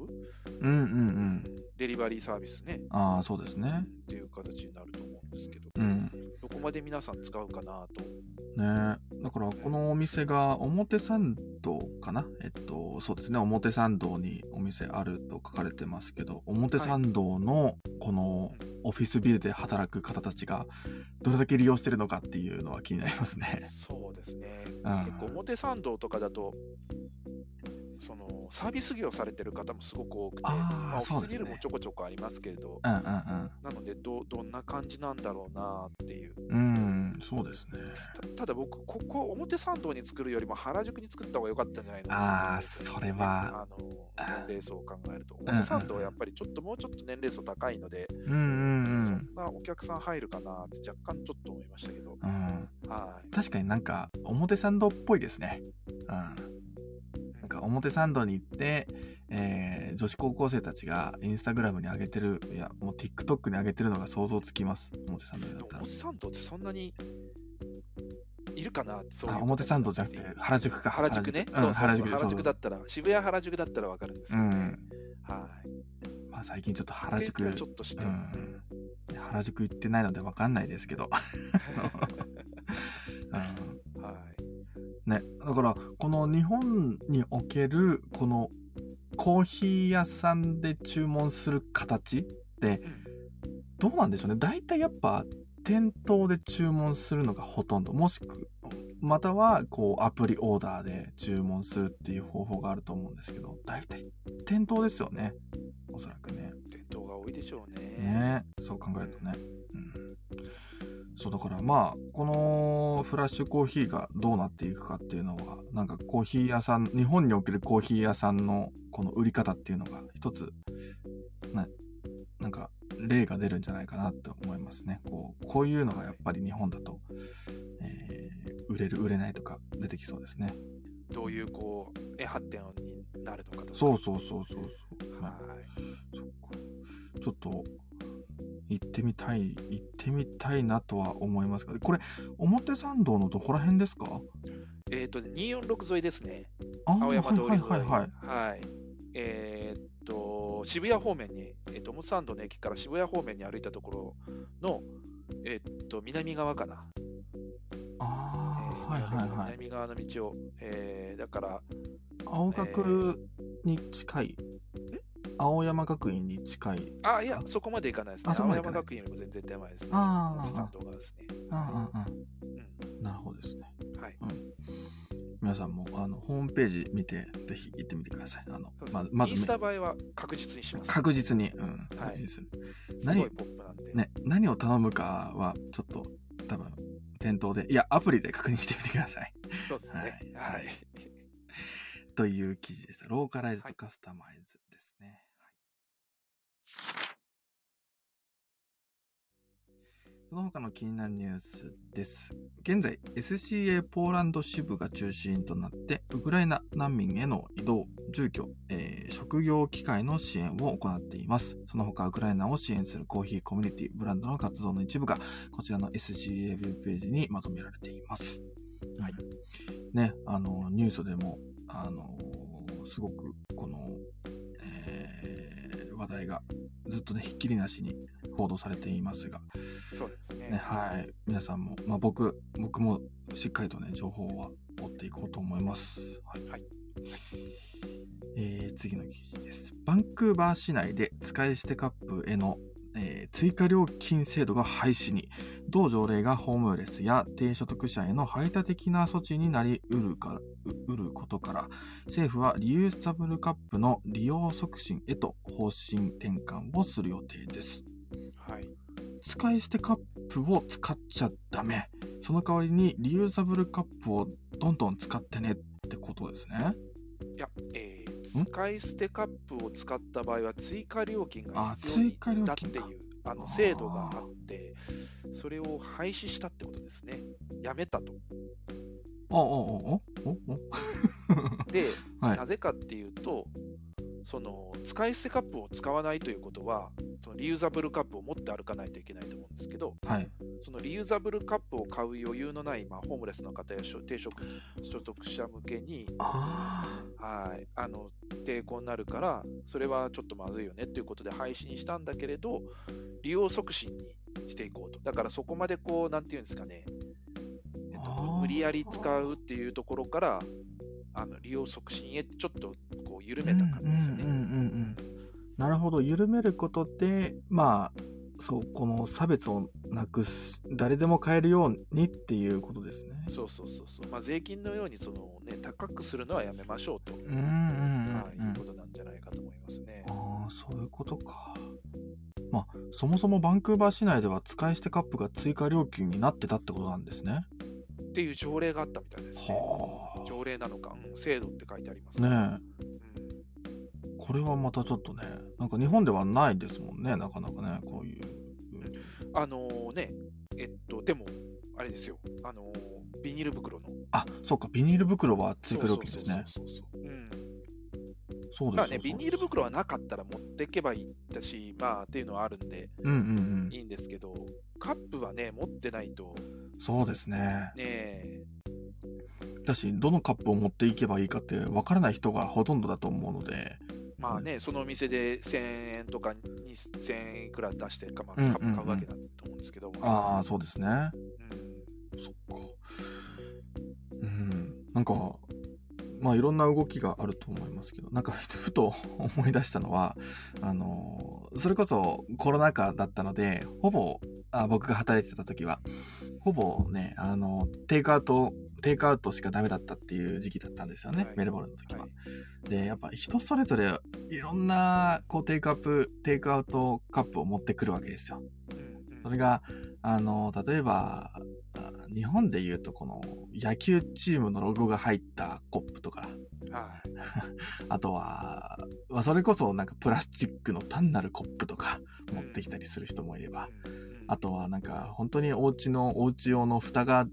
A: うんうんうん。
B: デリバリーサービスね
A: ああそうですね。
B: っていう形になると思うんですけど、
A: うん。
B: どこまで皆さん使うかなと。
A: ねだからこのお店が表参道かなえっとそうですね表参道にお店あると書かれてますけど表参道のこのオフィスビルで働く方たちがどれだけ利用してるのかっていうのは気になりますね。
B: そうですね。
A: うん、
B: 結構表参道とかだと、そのサービス業されてる方もすごく多くて、
A: あー
B: まあ、オフ
A: そう
B: ィス
A: です
B: ビ
A: ね
B: ルもちょこちょこありますけれど、
A: うんうん
B: なのでど、どんな感じなんだろうなっていう。
A: うん。うんそうですね。
B: たただ僕、ここ表参道に作るよりも原宿に作った方が良かったんじゃないのかな
A: ああそれは。
B: あの年齢層を考えると、表参道はやっぱりちょっともうちょっと年齢層高いので、
A: うんうんう
B: そ
A: ん
B: んなお客さん入るかなって若干ちょっと思いましたけど、
A: うん、
B: は
A: 確かになんか表参道っぽいですね。うん、
B: い。
A: なんか表参道に行って、えー女子高校生たちがインスタグラムに上げてるいやもう TikTok に上げてるのが想像つきます表参道だ
B: でも
A: ったら
B: モスサンドってそんなにいるかなってそういう
A: あ表参道じゃなくて原宿か
B: 原宿ね。
A: うん、
B: そう
A: 原
B: そう
A: 宿
B: そ
A: そうそ
B: う原宿
A: う
B: だったら、渋谷原宿だったらわかるんです
A: う
B: よね
A: ん。
B: はい。
A: まあ、最近ちょっと原宿
B: 提供ちょっとして。
A: う
B: うん
A: ん原宿行ってないので分かんないですけど、うん
B: はい。
A: ね、だからこの日本におけるこのコーヒー屋さんで注文する形って
B: うん
A: どうなんでしょうね大体やっぱ店頭で注文するのがほとんどもしくまたはこうアプリオーダーで注文するっていう方法があると思うんですけど大体店頭ですよねおそらくね。
B: 伝統が多いでしょうね。
A: ねそう考えるとね、うん、そうだからまあこのフラッシュコーヒーがどうなっていくかっていうのはなんかコーヒー屋さん日本におけるコーヒー屋さんのこの売り方っていうのが一つねなんか例が出るんじゃないかなと思いますねこうこういうのがやっぱり日本だと、えー売れる売れないとか出てきそうですね
B: どういうこう、ね、発展になるのかとか。
A: そうそうそうそうそう、
B: は
A: そっかちょっと行ってみたい行ってみたいなとは思いますがこれ表参道のどこら辺ですか
B: い。えっと、246沿いですね。
A: あー
B: 青山通り沿。
A: はいいはいはいはい
B: はい。えーっと、渋谷方面に、えーっと、表参道の駅から渋谷方面に歩いたところの、えーっと、南側かな。え
A: あ
B: ー
A: あはいはいはい
B: 南側の道を、えーだから、
A: 青学に近い青山学院に近い
B: あ、いや、そこまで行かないですね。
A: あそこ
B: 青
A: まで行か
B: 山
A: ない
B: 学院よりも全然手前ですね。
A: あー
B: スタンドがですね。
A: ああああ
B: う
A: なるほどですね
B: ん。はい。
A: 皆さんもあのホームページ見てぜひ行ってみてくださいあの
B: そうです
A: まずま
B: インス
A: ず
B: タ映えは確実にします。
A: 確実に、うん、
B: はい
A: 確実にする
B: すごいポップなんで。
A: ね、何を頼むかはちょっと多分店頭でいやアプリで確認してみてください
B: そうですね。
A: は
B: はいい。
A: という記事でしたローカライズとカスタマイズですね、その他の気になるニュースです。現在、SCA ポーランド支部が中心となって、ウクライナ難民への移動、住居、えー職業機会の支援を行っています。その他、ウクライナを支援するコーヒーコミュニティ、ブランドの活動の一部が、こちらの SCA ウェブページにまとめられています。
B: はい
A: ね、あの、ニュースでも、あの、すごく、この、えー話題がずっとね、ひっきりなしに報道されていますが、
B: そうですね。
A: ね、はい。皆さんも、まあ、僕、僕もしっかりとね、情報は追っていこうと思います。はい。
B: はい
A: えー次の記事です。バンクーバー市内で使い捨てカップへの、えー追加料金制度が廃止に、同条例がホームレスや低所得者への排他的な措置になりうるから、ううることから、政府はリユーサブルカップの利用促進へと方針転換をする予定です。
B: はい。
A: 使い捨てカップを使っちゃダメその代わりにリユーザブルカップをどんどん使ってねってことですね
B: いや、えー使い捨てカップを使った場合は追加料金が
A: あ
B: 必要
A: 追加料
B: になってい
A: 金か
B: うあ
A: あ
B: の
A: ー
B: 制度があって、それを廃止したってことですね。やめ たと。
A: おおおおお
B: で、
A: おはい
B: なぜかっていうと、その使い捨てカップを使わないということは、そのリユーザブルカップを持って歩かないといけないと思うんですけど、
A: はい
B: そのリユーザブルカップを買う余裕のない、まあ、ホームレスの方や低所得者向けに、
A: あ
B: はい、あの抵抗になるから、それはちょっとまずいよねということで廃止にしたんだけれど、利用促進にしていこうと。だからそこまでこう、なんていうんですかね、えっ
A: あ
B: と
A: ー、
B: 無理やり使うっていうところから、あの利用促進へちょっとこう緩
A: ー
B: めた感じですよ
A: うんうん
B: ね。
A: うんうんなるほど緩めることでまあそうこの差別をなくす誰でも買えるようにっていうことですね
B: そうそうそうそう。まあ、税金のようにその、ね、高くするのはやめましょうと、
A: うんうんうん
B: はい、
A: うん
B: いうことなんじゃないかと思いますね。
A: ああそういうことかまあそもそもバンクーバー市内では使い捨てカップが追加料金になってたってことなんですね
B: っていう条例があったみたいですね。
A: は
B: 条例なのか、うん、制度って書いてあります
A: あねえ
B: うん
A: これはまたちょっとねなんか日本ではないですもんねなかなかねこういう
B: あのね、えっと、でも、あれですよ、あのービニール袋の。
A: あそうかビニール袋は追加料金ですね
B: そうそうそうそう。うん。
A: そう
B: ま
A: で
B: あ
A: す
B: ね、ビニール袋はなかったら持ってけばいいだし、まあっていうのはあるんで、
A: うんうん
B: いいんですけど、カップはね、持ってないと、
A: うんそうですね
B: ね
A: だしどのカップを持っていけばいいかってわからない人がほとんどだと思うので
B: まあね、そのお店で1000円とか2000円いくら出してか、まあ、
A: うんうんうん
B: カップ買うわけだと思うんですけど、
A: ああそうですね
B: うん
A: そっか。うん。なんか、まあいろんな動きがあると思いますけど、なんかふと思い出したのは、あの、それこそコロナ禍だったので、ほぼ、あ僕が働いてた時は、ほぼね、あの、テイクアウト、テイクアウトしかダメだったっていう時期だったんですよね、
B: はい
A: メルボルンの時は。
B: はい
A: で、やっぱ人それぞれいろんな、こう、テイクアップ、テイクアウトカップを持ってくるわけですよ。
B: うんうん
A: それが、あの、例えば、あ日本で言うとこの野球チームのロゴが入ったコップとか、
B: はい
A: あとは、まあそれこそなんかプラスチックの単なるコップとか持ってきたりする人もいれば、
B: うんうん
A: あとはなんか本当にお家の、お家用の蓋が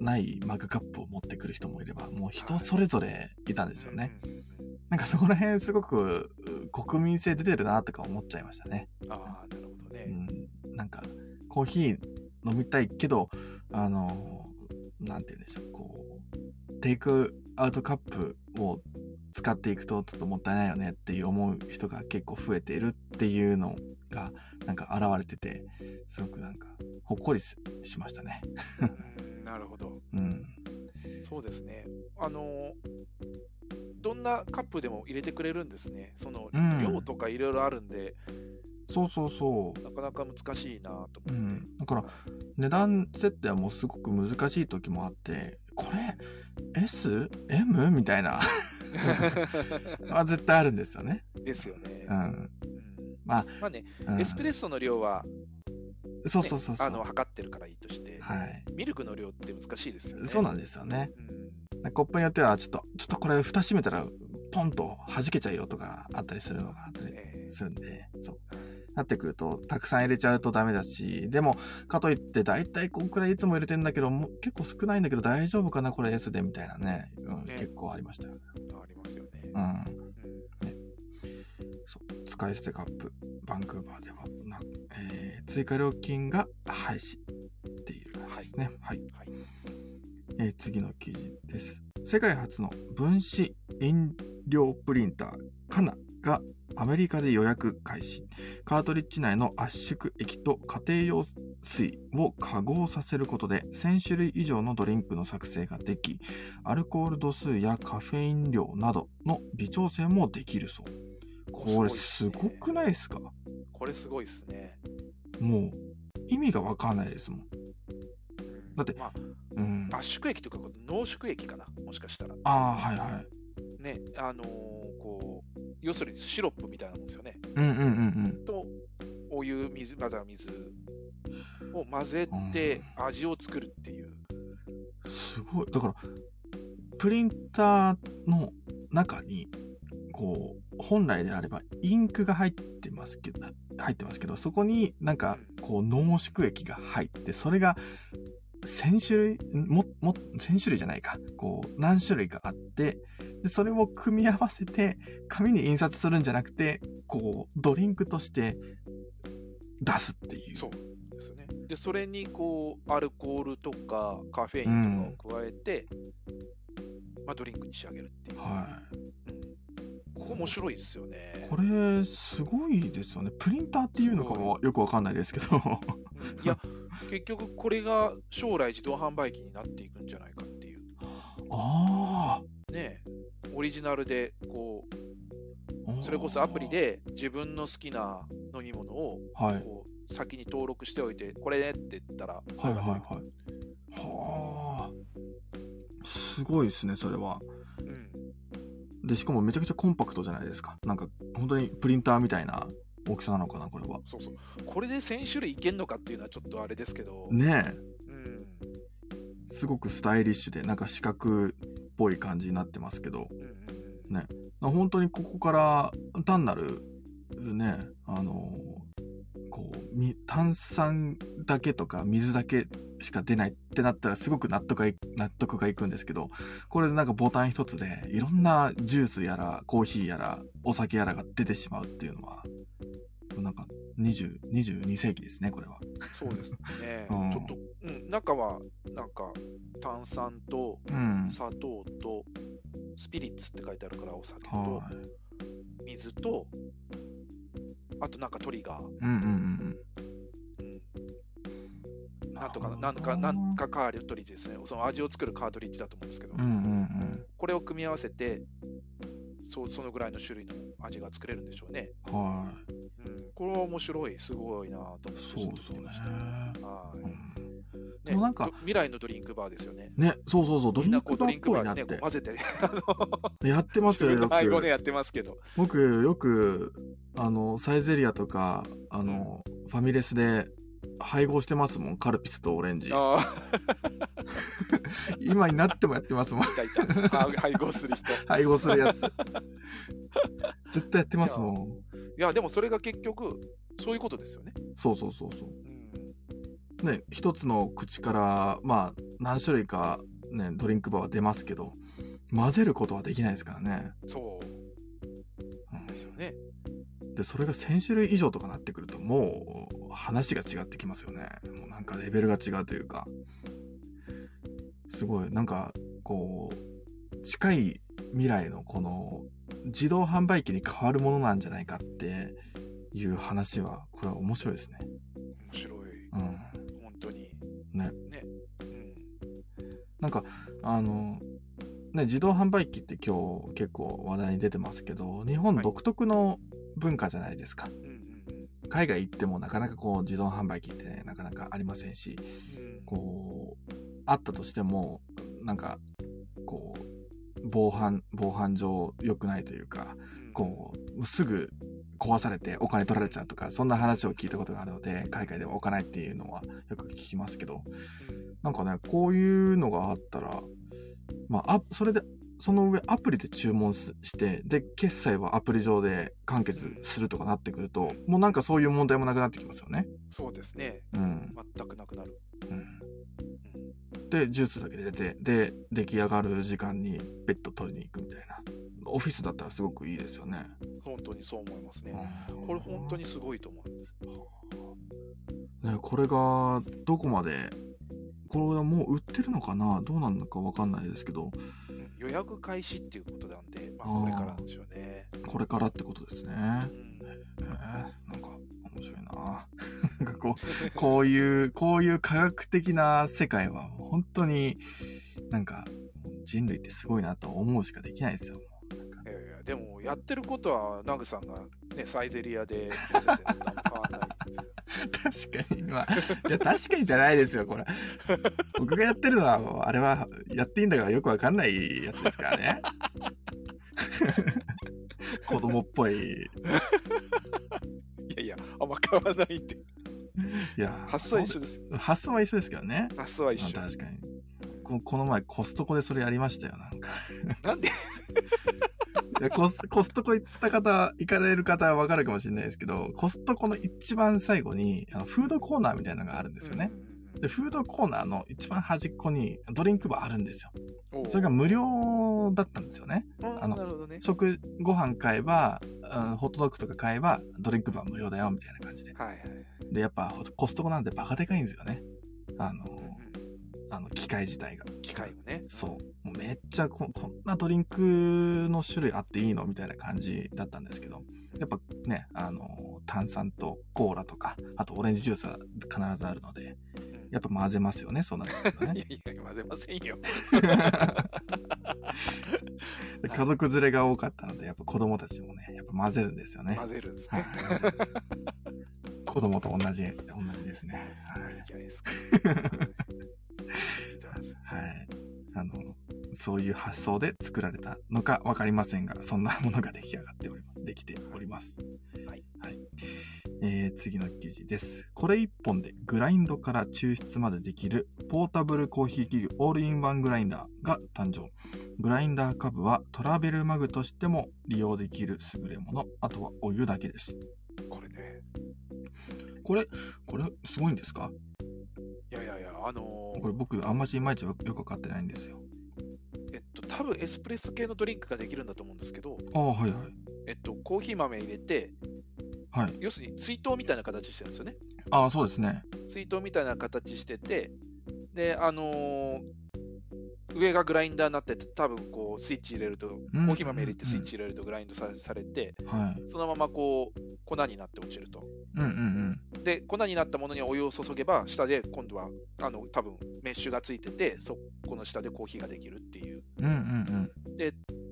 A: ないマグカップを持ってくる人もいれば、もう人それぞれいたんですよね。。
B: うんうん
A: なんかそこら辺すごくう国民性出てるなとか思っちゃいましたね。
B: うんああ、なるほどね。
A: うん、なんかコーヒー飲みたいけどあのなんて言うんでしょうこうテイクアウトカップを使っていくとちょっともったいないよねっていう思う人が結構増えているっていうのがなんか現れててすごくなんかほっこりししましたね。
B: うんなるほど。
A: うん、
B: そうですね。あの、どんなカップでも入れてくれるんですね。その、
A: うん
B: 量とかいろいろあるんで、
A: そうそうそう。
B: なかなか難しいなと思って。
A: うん、だから値段設定はもうすごく難しい時もあってこれ S?M? みたいな は絶対あるんですよね。
B: ですよね。
A: うん。
B: うん
A: まあ、
B: まあね、
A: うん
B: エスプレッソの量は、ね
A: そうそうそうそう。
B: あの測ってるからいいとして、
A: はい。
B: ミルクの量って難しいですよね。
A: そうなんんですよね。
B: うん
A: コップによっては、ちょっと、ちょっとこれ蓋閉めたら、ポンと弾けちゃうよとかあったりするのがあったり
B: ええ
A: するんで、そう。なってくると、たくさん入れちゃうとダメだし、でも、かといって、だいたいこんくらいいつも入れてんだけど、もう結構少ないんだけど大丈夫かなこれ S でみたいなね。うん、
B: ね
A: 結構ありましたよ。
B: ありますよね。
A: うん。
B: うん
A: そう使い捨てカップバンクーバーではな、えー追加料金が廃止っていう感じですね。はい、
B: はい
A: えー次の記事です。世界初の分子飲料プリンターカナがアメリカで予約開始カートリッジ内の圧縮液と家庭用水を化合させることで1000種類以上のドリンクの作成ができアルコール度数やカフェイン量などの微調整もできるそうこれすごくない
B: い
A: ですか
B: これすごいですね。
A: もう意味がわかんないですもん
B: うん
A: だって
B: ま
A: うん
B: あ、圧縮液というか、濃縮液かな、もしかしたら。
A: ああーはいはい
B: ね、あのーこう、要するにシロップみたいなもんですよね。
A: うんうんうん
B: と、お湯、水、まずは水を混ぜて味を作るっていう。
A: うんすごいだからプリンターの中にこう本来であればインクが入ってますけど入ってますけどそこになんかこう濃縮液が入ってそれが1000種類もも1000種類じゃないかこう何種類かあってでそれを組み合わせて紙に印刷するんじゃなくてこうドリンクとして出すっていう
B: そうですよね。で、それにこう、アルコールとかカフェインとかを加えて、まあ、ドリンクに仕上げるっていう。
A: はい
B: うんここ面白いですよね。
A: これすごいですよねプリンターっていうのかはよくわかんないですけど
B: うんいや、結局これが将来自動販売機になっていくんじゃないかっていう。
A: あ
B: ねえオリジナルで、こ
A: あ
B: う、それこそアプリで自分の好きな飲み物を、
A: はい
B: こう、先に登録しておいて、これねって言ったら、
A: はいはいはいはあすごいですねそれは
B: うん。
A: でしかもめちゃくちゃコンパクトじゃないですかなんか本当にプリンターみたいな大きさなのかなこれは
B: そうそう。これで1000種類いけんのかっていうのはちょっとあれですけど、
A: ねえ
B: うん。
A: すごくスタイリッシュでなんか四角っぽい感じになってますけど
B: うんうんうん
A: ね本当にここから単なるねあのこうみ炭酸だけとか水だけしか出ないってなったらすごく納得がい納得がいくんですけどこれでなんかボタン一つでいろんなジュースやらコーヒーやらお酒やらが出てしまうっていうのはなんか20 22世紀ですねこれは。。
B: そうですね
A: うん
B: ちょっと、うん、中は、なんか、炭酸と、
A: うん
B: 砂糖と、スピリッツって書いてあるから、お酒と
A: は、い
B: 水と、あとなんかトリガー、
A: うんうんうん
B: うん、
A: うん。
B: なんとか、なんか、なんかカートリッジですね。その味を作るカートリッジだと思うんですけど、
A: うんうんうん。
B: これを組み合わせて、そそのぐらいの種類の味が作れるんでしょうね。
A: はい。
B: うん、これは面白い、すごいなぁと思って
A: そうそうね。
B: は
A: う
B: い
A: ん
B: ね
A: でもなんか
B: ど未来のドリンクバーですよね。
A: ね、そうそうそう、ド
B: み
A: リ
B: ん
A: ン
B: なこ
A: ク
B: うド
A: バー
B: リ
A: っ
B: ンク
A: ぽ
B: バ
A: いな
B: ー
A: っ
B: でね、こ
A: て
B: う。混ぜて、あの、
A: やってます よ、よ
B: 配合で
A: く。
B: やってますけど。
A: 僕、よく、あの、サイゼリアとか、あの、ファミレスで配合してますもん、カルピスとオレンジ。
B: あ
A: 今になってもやってますもん、
B: あ、いたいた。あー配合する人。
A: 配合するやつ。絶対やってますもん。
B: いや、でもそれが結局、そういうことですよね。
A: そうそうそうそう。
B: うん。
A: ね、一つの口から、まあ、何種類か、ね、ドリンクバーは出ますけど、混ぜることはできないですからね。
B: そう
A: うん
B: ですよね。
A: でそれが1000種類以上とかなってくるともう話が違ってきますよねもうなんかレベルが違うというかすごいなんかこう近い未来のこの自動販売機に変わるものなんじゃないかっていう話はこれは面白いですね
B: 面白い。
A: うん
B: 本当に。
A: ね。
B: ね。うん。
A: なんかあのね自動販売機って今日結構話題に出てますけど日本
B: はい
A: 独特の文化じゃないですか、
B: うんうん
A: 海外行ってもなかなかこう自動販売機ってね、なかなかありませんし
B: うん。うん
A: こうあったとしてもなんかこう防犯防犯上良くないというか
B: うん
A: こうすぐ壊されてお金取られちゃうとかそんな話を聞いたことがあるので海外では置かないっていうのはよく聞きますけど
B: うん
A: なんかねこういうのがあったらまああそれでその上アプリで注文すしてで決済はアプリ上で完結するとかなってくるともうなんかそういう問題もなくなってきますよね。
B: そうですね。
A: うん
B: 全くなくなる。
A: うん
B: うん
A: でジュースだけで出てで出来上がる時間にベッド取りに行くみたいなオフィスだったらすごくいいですよね、
B: 本当にそう思いますね。
A: うん
B: これ本当にすごいと思う。
A: ねこれがどこまでこれはもう売ってるのかなどうなるのかわかんないですけど
B: うん予約開始っていうことなんで、まあ、これからなんでしょうね。
A: これからってことですね。
B: うん
A: えーなんか面白いな。 なんかこう、こういう、こういう科学的な世界はもう本当になんか人類ってすごいなと思うしかできないですよ。もうなんか
B: いやいやでもやってることはナグさんが、ね、サイゼリ アで見せてるのと変わらないですよ
A: 確かに、まあ、いや、確かにじゃないですよ、 これ。僕がやってるのは、もうあれは、やっていいんだからよくわかんないやつですから ね。子供っぽい。い
B: いやいやあんま変わらないって
A: や、
B: 発想は一緒ですよ
A: そう発想は一緒ですけどね。
B: 発想は一
A: まあ
B: 緒
A: 確かにこ。この前、コストコでそれやりましたよ、なんか。
B: なんで
A: いやコス コストコ行った方、行かれる方はわかるかもしれないですけど、コストコの一番最後に、あのフードコーナーみたいなのがあるんですよね。で、フードコーナーの一番端っこにドリンクバーあるんですよ。
B: うんうん
A: それが無料だったんですよね。
B: おー
A: あの
B: なるほどね
A: 食、ご飯買えば、うんホットドッグとか買えば、ドリンクバー無料だよ、みたいな感じで。
B: はいはい、
A: で、やっぱ、コストコなんてバカでかいんですよね。あの、
B: うん
A: あの、機械自体が。
B: 機械もね
A: そう。もうめっちゃこ、こんなドリンクの種類あっていいのみたいな感じだったんですけど、やっぱね、あの、炭酸とコーラとか、あとオレンジジュースは必ずあるので、やっぱ混ぜますよね、そうなると
B: い
A: ね。
B: やいや混ぜませんよ
A: で家族連れが多かったので、やっぱ子供たちもね、やっぱ混ぜるんですよね。
B: 混ぜるんです
A: はい
B: ね、
A: そうです 子供と同じ、同じですね。
B: い、いじゃない ですかいいと思います
A: はい。はい。あの、そういう発想で作られたのかわかりませんが、そんなものが出来上がっております。できております。
B: はい。
A: はい。えー、次の記事です。これ一本でグラインドから抽出までできるポータブルコーヒー器具オールインワングラインダーが誕生。グラインダー株はトラベルマグとしても利用できる優れもの。あとはお湯だけです。
B: これね
A: これ、これすごいんですか
B: いやいやいやあの
A: こ
B: ー
A: れ僕あんましいまいちよくわかってないんですよ。
B: えっと多分エスプレッソ系のドリンクができるんだと思うんですけど
A: ああ、はいはい。
B: えっと、コーヒー豆入れて、
A: はい
B: 要するに水筒みたいな形してるんですよね。
A: ああ、そうですね。
B: 水筒みたいな形してて、で、あのー上がグラインダーになってて、多分こう、スイッチ入れると、コ
A: うん
B: ーヒー豆入れてスイッチ入れるとグラインドさされて、
A: はい。
B: そのままこう、粉になって落ちると。
A: うんうん
B: で、粉になったものにお湯を注げば、下で今度は、あの、多分メッシュがついてて、そこの下でコーヒーができるっていう。
A: うん。うんうん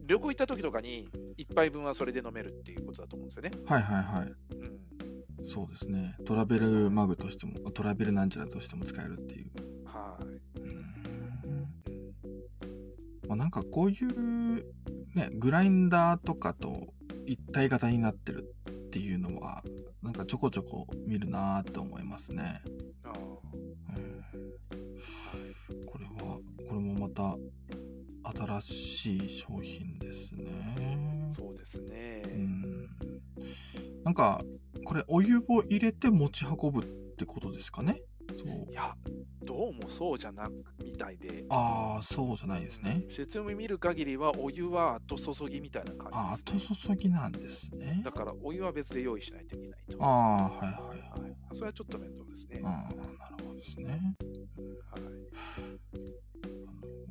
B: 旅行行った時とかに、一杯分はそれで飲めるっていうことだと思うんですよね。
A: うん。はいはいはい。
B: うん。
A: そうですね。トラベルマグとしても、トラベルなんちゃらとしても使えるっていう。
B: は
A: うーん
B: い。うん
A: まあ、なんかこういう、ね、グラインダーとかと一体型になってるっていうのは、なんかちょこちょこ見るなーって思いますね。
B: あ
A: うん
B: ー
A: これは、これもまた新しい商品ですね。
B: そうですね。
A: うんなんか、これお湯を入れて持ち運ぶってことですかねそう
B: い。や、どうもそうじゃなみたいで。
A: ああ、そうじゃないですね
B: う。ん説明見る限りは、お湯は後注ぎみたいな
A: あー
B: 感じです、ね。
A: 後注ぎなんですね
B: だ。から、お湯は別で用意しないといけないと。
A: ああ、はいはいはい。
B: はいそれはちょっと面倒ですね。
A: あ
B: は
A: あ、なるほどですね。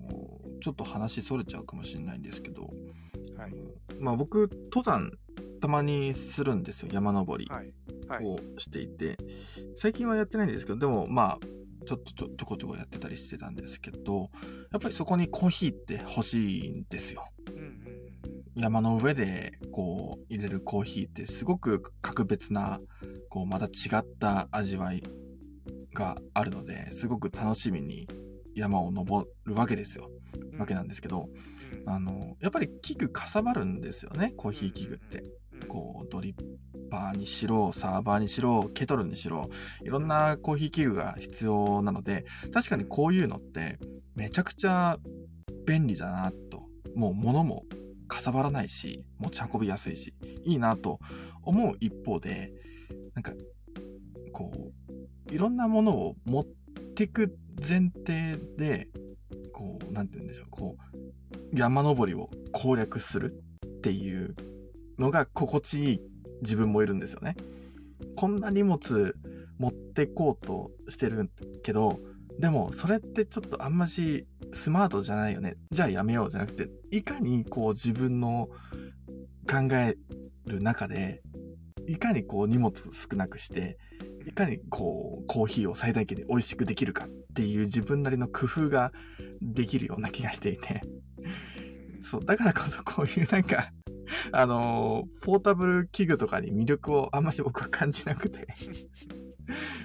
B: い、
A: おちょっと話それちゃうかもしれないんですけど、
B: はい。
A: まあ僕、登山たまにするんですよ。山登り
B: はい。はい。
A: をしていて。最近はやってないんですけど、でもまあ、ちょっとちょちょこちょこやってたりしてたんですけど、やっぱりそこにコーヒーって欲しいんですよ。
B: うんうん
A: 山の上でこう入れるコーヒーってすごく格別なこうまた違った味わいがあるのですごく楽しみに山を登るわけですよ、
B: うんうん。
A: わけなんですけど
B: うん
A: あのやっぱり器具かさばるんですよねコーヒー器具って、
B: うん
A: こうドリッパーにしろサーバーにしろケトルにしろいろんなコーヒー器具が必要なので確かにこういうのってめちゃくちゃ便利だなともう物もかさばらないし持ち運びやすいしいいなと思う一方でなんかこういろんなものを持ってく前提でこうなんて言うんでしょうこう山登りを攻略するっていうのが心地いい自分もいるんですよね。こんな荷物持ってこうとしてるけどでも、それってちょっとあんましスマートじゃないよね。じゃあやめようじゃなくて、いかにこう自分の考える中で、いかにこう荷物少なくして、いかにこうコーヒーを最大限に美味しくできるかっていう自分なりの工夫ができるような気がしていて。そう、だからこそこういうなんか、あのーポータブル器具とかに魅力をあんまし僕は感じなく て。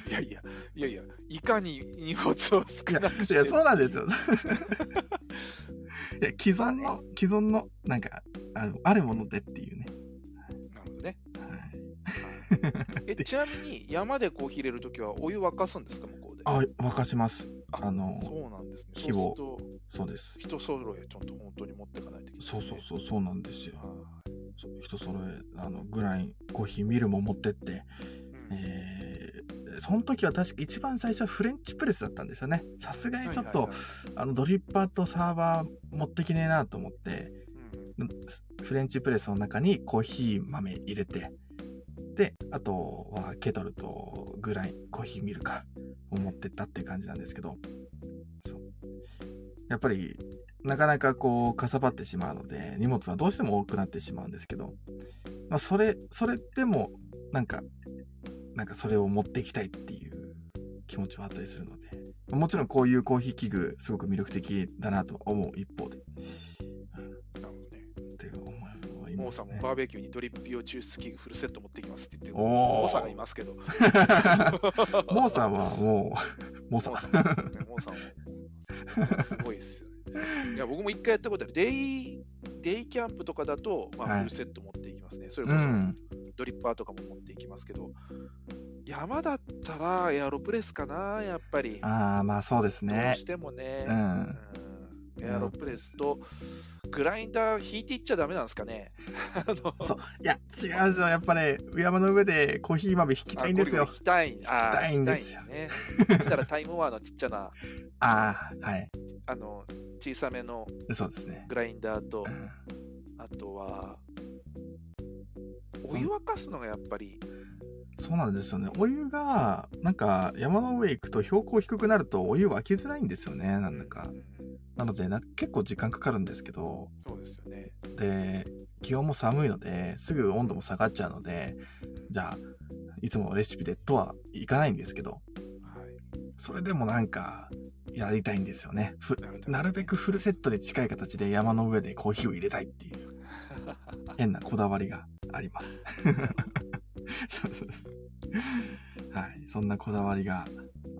B: いやいや、いやいや、いかに荷物
A: い
B: を少
A: や、
B: なくし
A: い
B: て。
A: やそうなんです よ。いや、既存の、既存の、なんか、あの、あるものでっていうね。
B: なるほどね。
A: はい
B: え、ちなみに山でコーヒー入れるときはお湯沸かすんですか、向こうで。
A: あ、沸かします。
B: あ
A: あの
B: そうなんですね。
A: 火を
B: そうす
A: そうです。
B: ると、人揃え、ちゃんと本当に持っていかないといけない、
A: そうそうそう、そうなんですよ。
B: は
A: そう人揃え、あの、ぐらい、コーヒーミルも持ってって、
B: いうん
A: えー、その時は確か一番最初はフレンチプレスだったんですよね。さすがにちょっと、
B: はいはいはい
A: あの、ドリッパーとサーバー持ってきねえなと思って、
B: うん
A: フレンチプレスの中にコーヒー豆入れて、で、あとはケトルとグライン、コーヒーミルか、を持ってったって感じなんですけど、そう。やっぱり、なかなかこう、かさばってしまうので、荷物はどうしても多くなってしまうんですけど、まあ、それ、それでも、なんか、なんかそれを持っていきたいっていう気持ちはあったりするので、まあもちろんこういうコーヒー器具、すごく魅力的だなとは思う一方で、
B: なるほどね
A: っていう思いは今
B: モ
A: で
B: ーさ
A: す
B: ん
A: ね
B: も。バーベキューにドリップ用抽出器具フルセット持ってきますって言ってる、
A: おー
B: モーさんがいます けど。モ
A: モー
B: ー
A: さんはもう、モ ーさん
B: モ。ーさん、ねモーさんはすごいですよね。いや、僕も一回やったことある。デイ、デイキャンプとかだと、ま
A: は
B: あ、
A: い
B: フルセット持っていきますね。それ
A: う
B: こそ、
A: ん。
B: ドリッパーとかも持っていきますけど、山だったらエアロプレスかな、やっぱり。
A: ああ、まあそうです
B: どう
A: ね。
B: してもね、
A: う。
B: うんんエアロプレスと、グラインダー引いていっちゃダメなんですかね。 あの
A: そういや、違うんですよ。やっぱり、山の上でコーヒー豆引きたいんです
B: あ
A: よ
B: ゴリゴリ。引きたい。引き
A: たいんですよ
B: ね、そしたらタイムワーのちっちゃな、
A: ああ、はい。
B: あの、小さめの
A: そうですね。
B: グラインダーと
A: う、ん
B: あとは、
A: そ
B: お
A: ん
B: 湯沸かすのがやっぱり、
A: そうなんですよね。お湯が、なんか、山の上行くと標高低くなるとお湯沸きづらいんですよね、なんだか
B: う。ん
A: なので、なんか結構時間かかるんですけど、
B: そうですよね。
A: で、気温も寒いので、すぐ温度も下がっちゃうので、じゃあ、いつものレシピでとはいかないんですけど、
B: はい。
A: それでもなんか、やりたいんですよね。ふ
B: なるほどね
A: な るべくフルセットに近い形で山の上でコーヒーを入れたいっていう変なこだわりがあります。 そうそうそう。はい。そんなこだわりが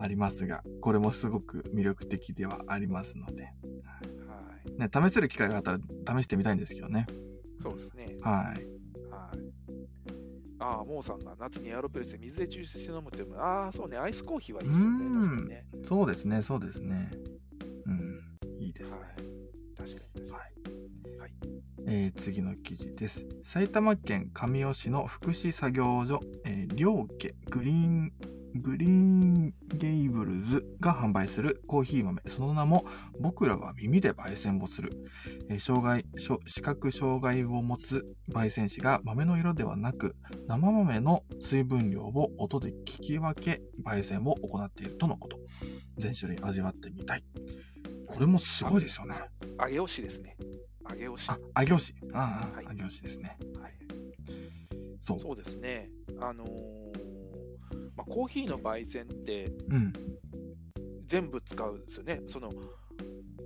A: ありますが、これもすごく魅力的ではありますので、
B: はい。
A: ね、試せる機会があったら試してみたいんですけどね。
B: そうですね。
A: はい。
B: はい。ああ、モーさんが夏にエアロプレスで水で抽出して飲むっていうのは、ああ、そうね、アイスコーヒーはいいですよね、
A: うん
B: 確かにね。
A: そうですね、そうですね。うん。いいです
B: はい
A: ね。。
B: 確かに、確か
A: はい。
B: はい
A: えー次の記事です。埼玉県上尾市の福祉作業所、えー、両家グリーン、グリーンゲイブルズが販売するコーヒー豆、その名も僕らは耳で焙煎をする。えー障害、障視覚障害を持つ焙煎士が豆の色ではなく、生豆の水分量を音で聞き分け、焙煎を行っているとのこと。全種類味わってみたい。これもすごいですよね。
B: に。揚げ押しですね。揚げ押し。
A: あ、あ行師。ああ、
B: はい
A: あ行師ですね。
B: はい
A: そう。
B: そうですね。あのーまあ、コーヒーの焙煎って
A: うん。
B: 全部使うんですよね。その、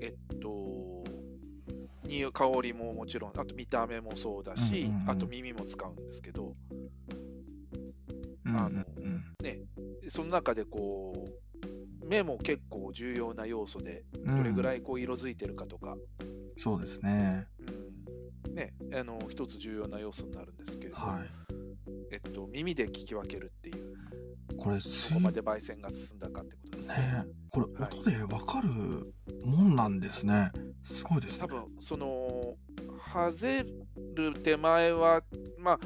B: えっと、匂い香りももちろん、あと見た目もそうだし、
A: うんうんうん
B: あと耳も使うんですけど、
A: うんうん
B: あの
A: うん
B: その中でこう、目も結構重要な要素で、
A: うん
B: どれぐらいこう色づいてるかとか、
A: そうですね。
B: うんね、あの一つ重要な要素になるんですけれど、
A: は
B: えっと、耳で聞き分けるっていう、
A: い。これ、す
B: どこまで焙煎が進んだかってことですね。
A: ね。これ、
B: はい
A: 音でわかるもんなんですね。すごいです
B: 多
A: ね。
B: 分そのハゼる手前はまあう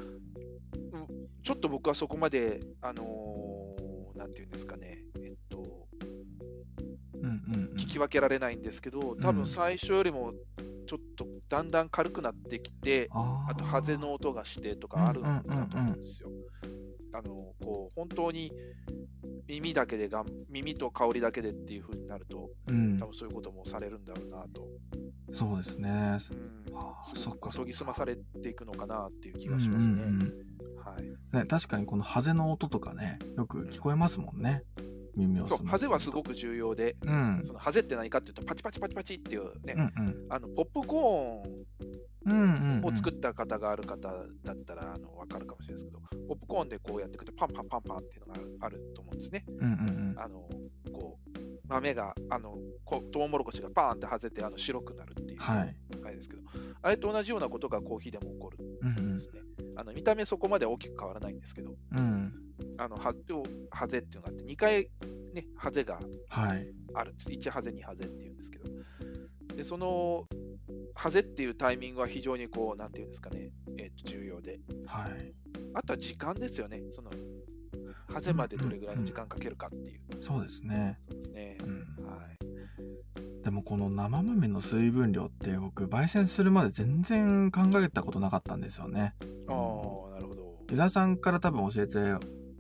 B: ちょっと僕はそこまであのーなんていうんですかねえっと
A: うんうんうん。
B: 聞き分けられないんですけど多
A: うん
B: 分最初よりもちょっとだんだん軽くなってきて、
A: あー
B: あとハゼの。音がしてとかあるんだと思うんですよ。あのこう本当に耳だけでがん、耳と香りだけでっていう風になると、
A: うん
B: 多。分そういうこともされるんだろうなと。
A: そうですね。
B: うん
A: あー
B: す
A: そ
B: ご
A: っ
B: く
A: かそ
B: 研
A: っ
B: ぎ
A: か。
B: 澄まされていくのかなっていう気がしますね。
A: うんうんうん
B: はい、
A: ね、確かにこのハゼの音とかね、よく聞こえますもんね。耳を
B: そ
A: 澄
B: う
A: ま
B: ハ
A: せ
B: ゼ
A: て
B: はすごく重要で、
A: うん。
B: そのハゼって何かっていうと、パチパチパチパチっていうね、
A: うん
B: あのポップコー
A: うん。うんうん、うん。
B: ンを作った方がある方だったらあの分かるかもしれないですけど、ポップコーンでこうやっていくと、パンパンパンパンっていうのがあるあると思うんですね。
A: うんうんうん。
B: あのこう豆があのこトウモロコシがパーンってはぜてあの白くなるっていう
A: はい。
B: あれですけど、あれと同じようなことがコーヒーでも起こるん
A: う
B: で
A: ん
B: すね。あの見た目そこまで大きく変わらないんですけど、
A: うん。うん。
B: あのハハゼっていうのがあって、2回、ね、ハゼが
A: はい。
B: あるんです。1ハゼ、2ハゼっていうんですけど。で、その、ハゼっていうタイミングは非常にこう、なんていうんですかね、えーと重要で。
A: はい。
B: あとは時間ですよね。その、ハゼまでどれぐらいの時間かけるかっていう。
A: そうですね。
B: そうですね。
A: うん。
B: はい。
A: でもこの生豆の水分量って僕、焙煎するまで全然考えたことなかったんですよね。
B: ああ、なるほど。
A: 湯沢さんから多分教えて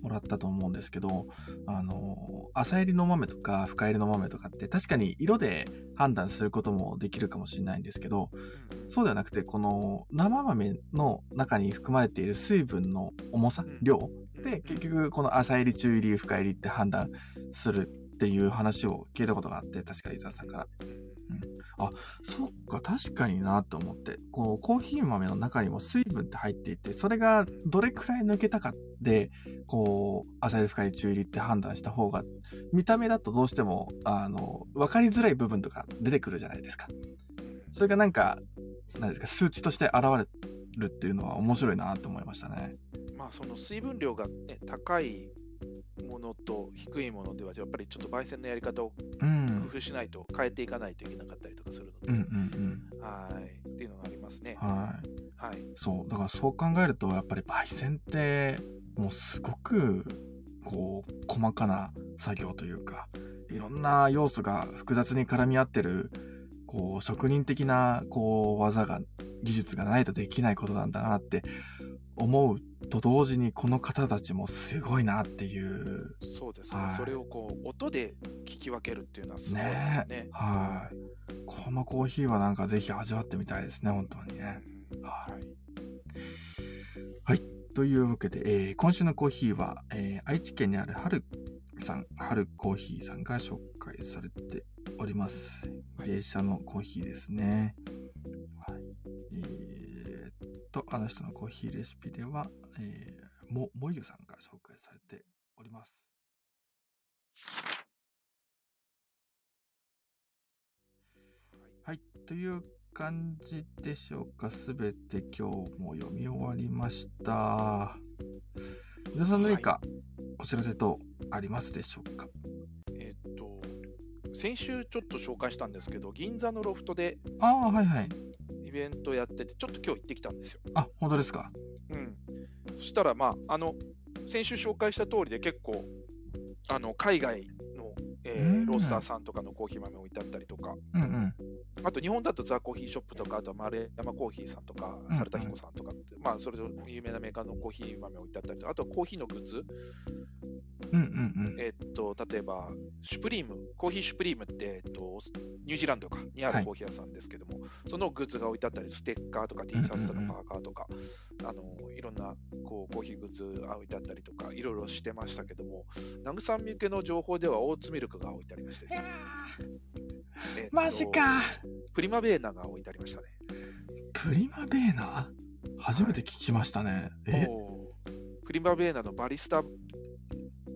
A: もらったと思うんですけど、あの、浅入りの豆とか深入りの豆とかって確かに色で判断することもできるかもしれないんですけど、そうではなくて、この生豆の中に含まれている水分の重さ
B: うん、
A: 量
B: うん
A: で、結、局この浅入り、中入り、深入りって判断するっていう話を聞いたことがあって、確か伊沢さんから。そっか、確かになと思って、こう、コーヒー豆の中にも水分って入っていて、それがどれくらい抜けたかで、こう、浅入り深入り中入りって判断した方が、見た目だとどうしても、あの、わかりづらい部分とか出てくるじゃないですか。それがなんか、なんですか、数値として現れるっていうのは面白いなと思いましたね。
B: まあ、その水分量が、ね、高いものと低いものでは、やっぱりちょっと焙煎のやり方を
A: う
B: 工
A: ん。
B: 夫しないと変えていかないといけなかったりとかするので、
A: うんうん
B: はいっていうのがありますね
A: うん。。はい。
B: はい、
A: そう、だからそう考えると、やっぱり焙煎って、もうすごく、こう、細かな作業というか、いろんな要素が複雑に絡み合ってる、こう、職人的な、こう、技が、技術がないとできないことなんだなって思うと同時に、この方たちもすごいなっていう、
B: そうですね、
A: はい
B: それをこう音で聞き分けるっていうのはすごいですよね。
A: はい。このコーヒーはなんかぜひ味わってみたいですね、本当にね。
B: うん
A: はい
B: はい
A: というわけで、えー今週のコーヒーは、えー愛知県にある春さん、春コーヒーさんが紹介されております。芸者のコーヒーですね。はい、えーっと、あの人のコーヒーレシピでは、えー、も、もゆさんが紹介されております。はい、という感じでしょうか。すべて今日も読み終わりました。皆さん何かお知らせとありますでしょうか。
B: えっと先週ちょっと紹介したんですけど、銀座のロフトで
A: ああ、はいはい。
B: イベントやってて、ちょっと今日行ってきたんですよ。
A: あ、本当ですか。
B: うん、そしたら、まああの、先週紹介した通りで結構あの海外の、えー
A: うん
B: ロースターさんとかのコーヒー豆置いてあったりとか、
A: うんうん。
B: あと日本だとザ・コーヒーショップとか、あとは丸山コーヒーさんとか
A: う、ん
B: 猿田彦さんとかって、まあそれぞれ有名なメーカーのコーヒー豆を置いてあったりとか、あとはコーヒーのグッズ、
A: うんうん
B: えっと、例えば、シュプリーム、コーヒーシュプリームって、えっと、ニュージーランドかにあ
A: は
B: る
A: い
B: コーヒー屋さんですけども、そのグッズが置いてあったり、ステッカーとか T シャツとか
A: うんうん
B: パーカーとか、あの、いろんなこうコーヒーグッズが置いてあったりとか、いろいろしてましたけども、ナグさん向けの情報ではオーツミルクが置いてありまして、
A: うん。いや
B: えっ
A: ー
B: と
A: マジか。
B: プリマベーナが置いてありましたね。
A: プリマベーナ初めて聞きましたね。え
B: おープリマベーナのバリスタ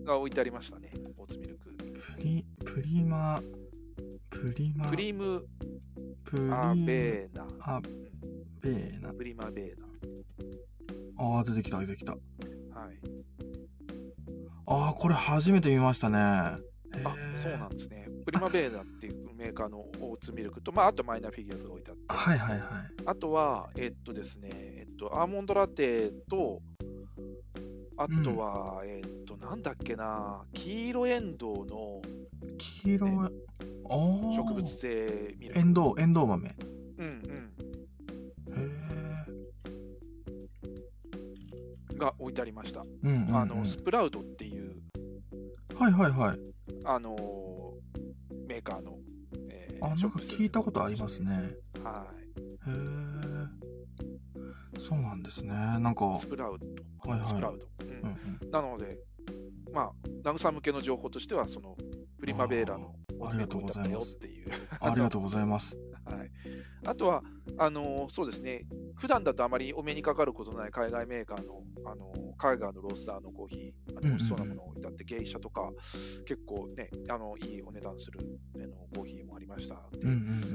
B: が置いてありましたね、オーツミルク。
A: プリ、プリマ、プリマ、
B: プリム
A: プリ
B: アベーナ、
A: アベーナ。
B: プリマベー
A: ああ、出てきた出てきた。
B: ナ。はい、
A: ああ、これ初めて見ましたね。あ
B: あそうなんですね。プリマベーナっていうメーカーのオーツミルクと、まあ、あとマイナーフィギュアズが置いてあって、
A: はいはいはい。
B: あとは、えっとですね、えっと、アーモンドラテと、あとは、えっと、なんだっけな、黄色エンドウの
A: 黄色は、ああー。
B: 植物性ミルク。
A: エンドウ、エンドウ豆。へ
B: うん
A: え。
B: うん。が置いてありました。
A: うんうんうん、
B: あのスプラウトっていう
A: はいはいはい。
B: あのーメーカーの、えー
A: あ、なん
B: ショッ
A: か
B: プ数
A: 聞いたことありますね。
B: は
A: へーそうなんですね。なんか、
B: いスプラウト、
A: はいはい
B: スプラウト、うん
A: うんうん
B: なのでまあナグさん向けの情報としてはそのプリマベーラのお詰め込みだったよっていう
A: ありがとうございます。
B: はい、あとはあのーそうですね、普段だとあまりお目にかかることのない海外メーカーの、あのー海外のロースターのコーヒー、あ
A: うんうんうん
B: の美味しそうなものを置いてあって、芸者とか、結構ね、あのいいお値段するあのコーヒーもありましたので
A: う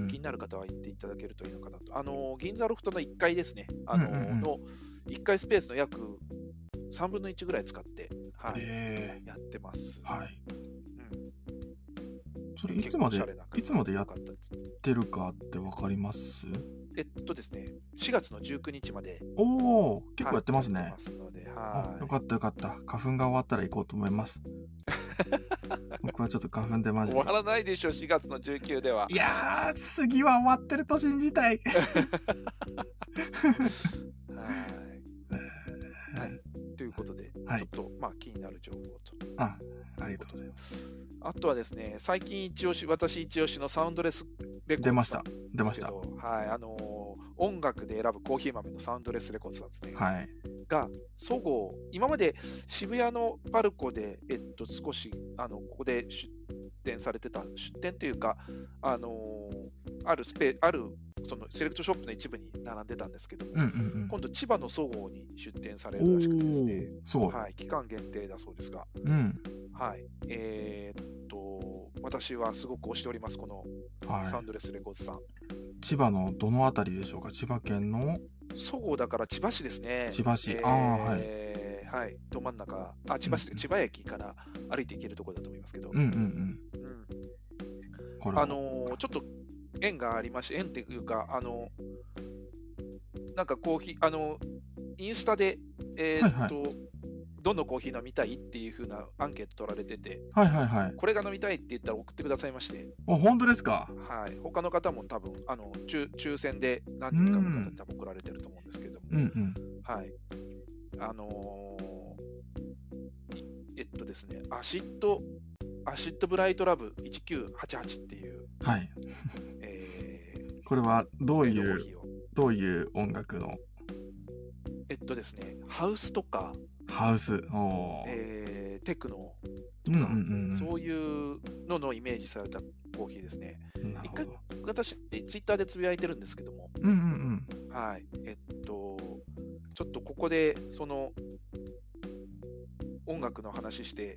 A: ん
B: 気になる方は行っていただけるといいのかなと。あのー銀座ロフトの1階ですね、あのー
A: うんうんうん
B: の1階スペースの約3分の1ぐらい使って、は
A: うんうん。
B: い
A: え
B: やってます。
A: ーはい。
B: うん
A: それいつまで
B: 結構おしゃ
A: や
B: れな空間
A: いつまでやっ
B: よかたです
A: ってるかってわかります
B: えっとですね、4月の19日まで
A: おお結構やってます
B: はいや
A: ね
B: っ。てますので
A: あ
B: は、い
A: よかったよかった。花粉が終わったら行こうと思い ます。僕はちょっと花粉でマジ
B: 終
A: で
B: わ。らないでしょ、4月の19では。
A: いやー、次は終わってると信じたい。
B: はいということで、
A: はい
B: ちょっと、まあ、気になる情報と。
A: あ、ありがとうございます。
B: あとはですね、最近一押し、私一押しのサウンドレスレコード
A: 出ました。出ました。
B: はい、あのー音楽で選ぶコーヒー豆のサウンドレスレコードなんですね。
A: はい。
B: が、そごう、今まで渋谷のパルコで、えっと、少し、あの、ここで出店されてた、出店というか、あのーあるスペ、ある、そのセレクトショップの一部に並んでたんですけども、
A: うんうん
B: 今度千葉のそごうに出店され
A: うん。
B: る
A: お
B: らしくてですね、
A: ーすごい。
B: はい、期間限定だそうですが、
A: うん。
B: はい、えーっと、私はすごく推しております、このサ
A: は
B: ウンドレスレコーズさん。
A: い。千葉のどのあたりでしょうか千葉県の
B: そごうだから千葉市ですね。
A: 千葉市
B: え
A: あー
B: ーはい。ど真ん中、あ、千葉市、
A: うんうん
B: 千葉駅から歩いて行けるところだと思いますけど、
A: うんうん
B: うん
A: うん。これは
B: あのーちょっと縁がありまして、縁っていうか、あのーなんかコーヒー、あのーインスタで、えーっと、どのコーヒー飲みたいっていう風なアンケート取られてて、
A: はいはいはい。
B: これが飲みたいって言ったら送ってくださいまして、
A: あ、本当ですか
B: はい、他の方も多分あの抽抽選で何人かの方に多分送られてると思うんですけれども、
A: うんうん。
B: はい、あのーいえっとですね、アシッド、アシッドブライトラブ1988っていう、
A: はい。
B: えー、
A: これはどうい
B: メイドコー
A: う
B: ヒーを
A: どういう音楽の
B: えっとですね、ハウスとか、
A: ハウスおー
B: えーテクノ
A: う
B: と
A: んう
B: か、
A: んうん
B: そういうののイメージされたコーヒーですね。
A: うんなるほど
B: 私、ツイッターでつぶやいてるんですけども、
A: うんうん
B: はい、えっと、ちょっとここで、その、音楽の話して、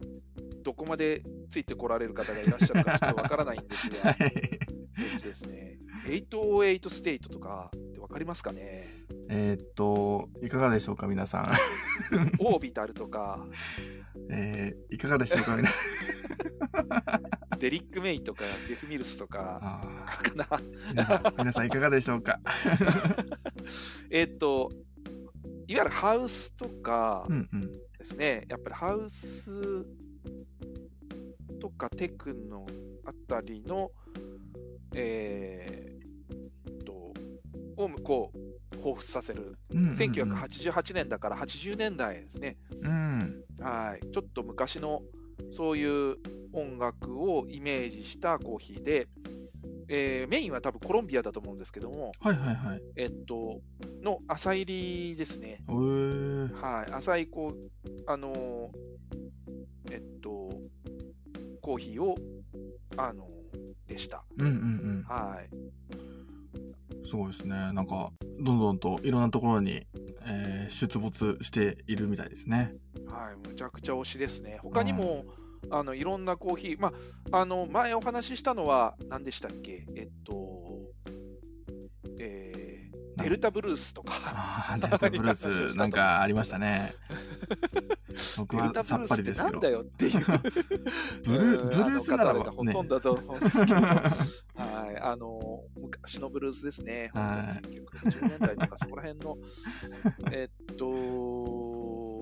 B: どこまでついてこられる方がいらっしゃるかちょっとわからないんです
A: うん。は
B: が、
A: い。
B: えっとですね、808ステイトとかってわかりますかね
A: えーっと、いかがでしょうか、皆さん。
B: オービタルとか、
A: えー、いかがでしょうか、皆さん。
B: デリック・メイとか、ジェフ・ミルスとか、
A: あ
B: かな。
A: ー皆さん皆さん、いかがでしょう か。
B: えっと、いわゆるハウスとか
A: うんうん。
B: ですね、やっぱりハウスとかテクノあたりの、えー、と、をこう、彷彿させる。
A: うんうんうん。
B: 1988年だから80年代ですね。
A: うん。
B: はい。ちょっと昔のそういう音楽をイメージしたコーヒーで、えーメインは多分コロンビアだと思うんですけども、
A: はいはいはい。
B: えっと、の浅入りですね。
A: えー。
B: はい、浅いこう、あのーえっと、コーヒーを、あのーでした。
A: うんうん
B: はい。
A: うん。すごいですね。なんか、どんどんといろんなところに、えー出没しているみたいですね。
B: はい、むちゃくちゃ推しですね。他にも、あの、いろんなコーヒー、まあ、あの、前お話ししたのは、何でしたっけえっと、えーデルタブルースとか。
A: ああ、デルタブルース、なんかありましたね。僕
B: デル
A: は
B: タ
A: さ
B: ブル
A: っ
B: ー
A: ぱ
B: スっ
A: り
B: て
A: ですけ
B: な
A: ど。
B: んだよっていう。
A: ブル
B: うん
A: ーブルースなら
B: あの
A: ば
B: 語
A: ね
B: れがほとん。どだと思うんで すけど。はい、あの昔のブルースですね、本
A: はい
B: 当に1980年代とかそこら辺 の、えっと、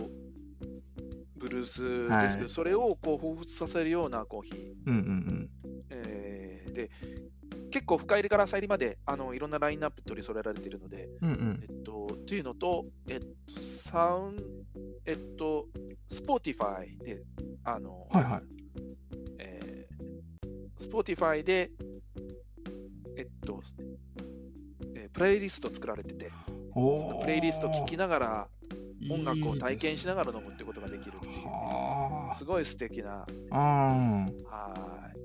B: ブルースですけど、
A: はい
B: それをこう彷彿させるようなコーヒー、
A: うんうん
B: えーで、結構深入りから浅入りまであのいろんなラインナップ取り揃えられているので、
A: うん。うんうん
B: え。っと、というのと、えっと、サウン、えっと、スポーティファイで、あの、
A: はいはい。
B: Spotify で、えっと、えープレイリスト作られてて、そ
A: お
B: の
A: ー
B: プレイリスト聴きながら、
A: いいです
B: 音楽を体験しながら飲むってことができるっていうね。
A: は
B: すごい素敵
A: あ
B: な、
A: うん
B: はーい。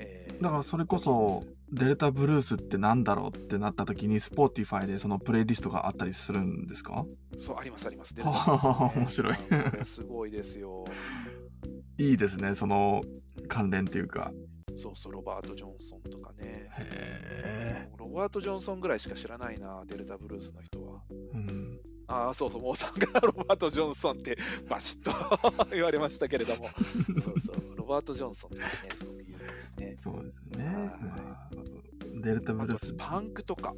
B: えー
A: だからそれこそデルタブルースってなんだろうってなった時に Spotify でそのプレイリストがあったりするんですか
B: そう、ありますあります。出てき
A: は
B: ま
A: あ面
B: すね
A: 白い
B: あのこれ すごいですよ。
A: いいですねその関連っていうか
B: そうそう、ロバート・ジョンソンとかね。
A: へ
B: ロバート・ジョンソンぐらいしか知らないな、デルタ・ブルースの人は。
A: え、うん、
B: ああ、そうそう、モーさんがロバート・ジョンソンってバシッと 言われましたけれど も。そうそう、ロバート・ジョンソンってね、すごく有名ですね。
A: そうですよね
B: は
A: うんデルタブ
B: あ
A: ルー
B: と
A: ス
B: パンクとか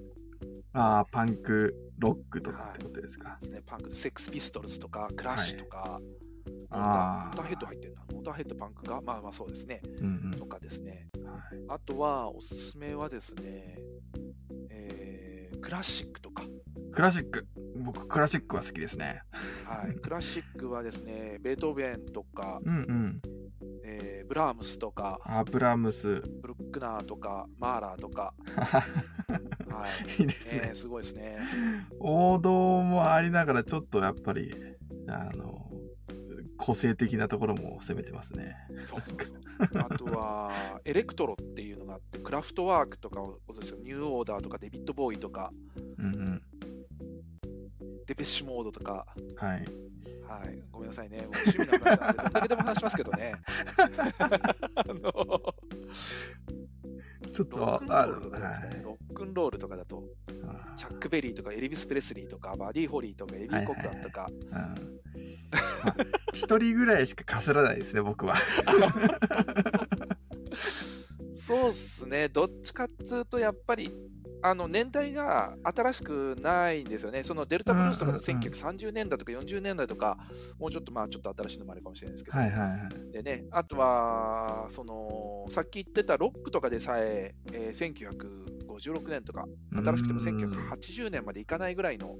A: ああパンクロックとかってことですか
B: ですね、パンク、セックス・ピストルズとか、クラッシュとか、モーター
A: あー
B: モーターヘッド入ってるな、モーターヘッドパンクが、まあまあそうですね、
A: うん
B: とかですね。
A: うんはい
B: あとは、おすすめはですね、えークラシックとか、
A: クラシック僕クラシックは好きですね
B: はい、クラシックはですね、ベートーベンとか、
A: うんうん
B: えーブラームスとか、
A: アブラムス
B: ブルックナーとか、マーラーと か、はい、
A: いいです
B: ね
A: ね
B: えすごいですね。
A: 王道もありながらちょっとやっぱりあの個性的なところも攻めてますね
B: そうそうそう。あとは、エレクトロっていうのがあって、クラフトワークとかを、ご存知ですかニューオーダーとか、デビッド・ボーイとか、
A: うん
B: デペッシュモードとか、
A: うんはい
B: はい、ごめんなさいね、もう趣味の話なんで、どんだけでも話しますけど ね。あの
A: ちょっ
B: ロッ
A: と
B: クンロ
A: あ
B: ールとかですかね、ロックンロールとかだと、チャック・ベリーとか、エルビス・プレスリーとか、バディ・ホリーとか、エリー・コッカーとか、
A: うんまあ一人ぐらいしかかすらないですね僕 は
B: そうっすね、どっちかっつうと、やっぱり、あの年代が新しくないんですよね、そのデルタブルースとかだと
A: うんうんうん
B: 1930年代とか40年代とか、もうちょっとまあちょっと新しいのもあるかもしれないですけど、
A: はいはいはい
B: でね、あとはその、さっき言ってたロックとかでさええー1956年とか、新しくても
A: うん
B: 1980年までいかないぐらいの、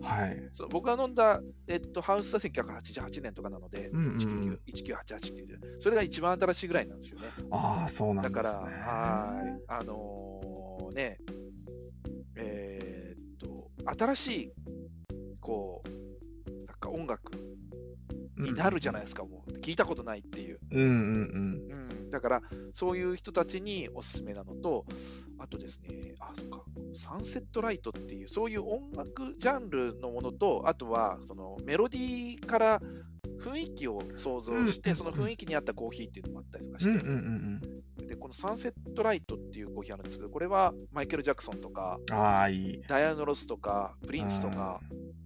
A: はい
B: そう僕が飲んだ、えっと、ハウスは1988年とかなので、
A: うんうんうん
B: 1988っていう、それが一番新しいぐらいなんですよね。
A: ああそうな
B: だ
A: んです
B: か
A: ね
B: ら、はーい、あのーね、えーっと、新しい、こう、なんか音楽になるじゃないですか、もう、聞いたことないっていう。
A: うんうんうん
B: うん、だから、そういう人たちにおすすめなのと、あとですね、あ、そっか、サンセットライトっていう、そういう音楽ジャンルのものと、あとは、そのメロディーから雰囲気を想像し
A: う
B: て、
A: ん
B: その雰囲気に合ったコーヒーっていうのもあったりとか
A: うんうん
B: して
A: うん、うん
B: で、このサンセットライトっていうコーヒーあるんですけど、これはマイケル・ジャクソンとか、
A: ああいい
B: ダイアナ・ロスとか、プリンスとか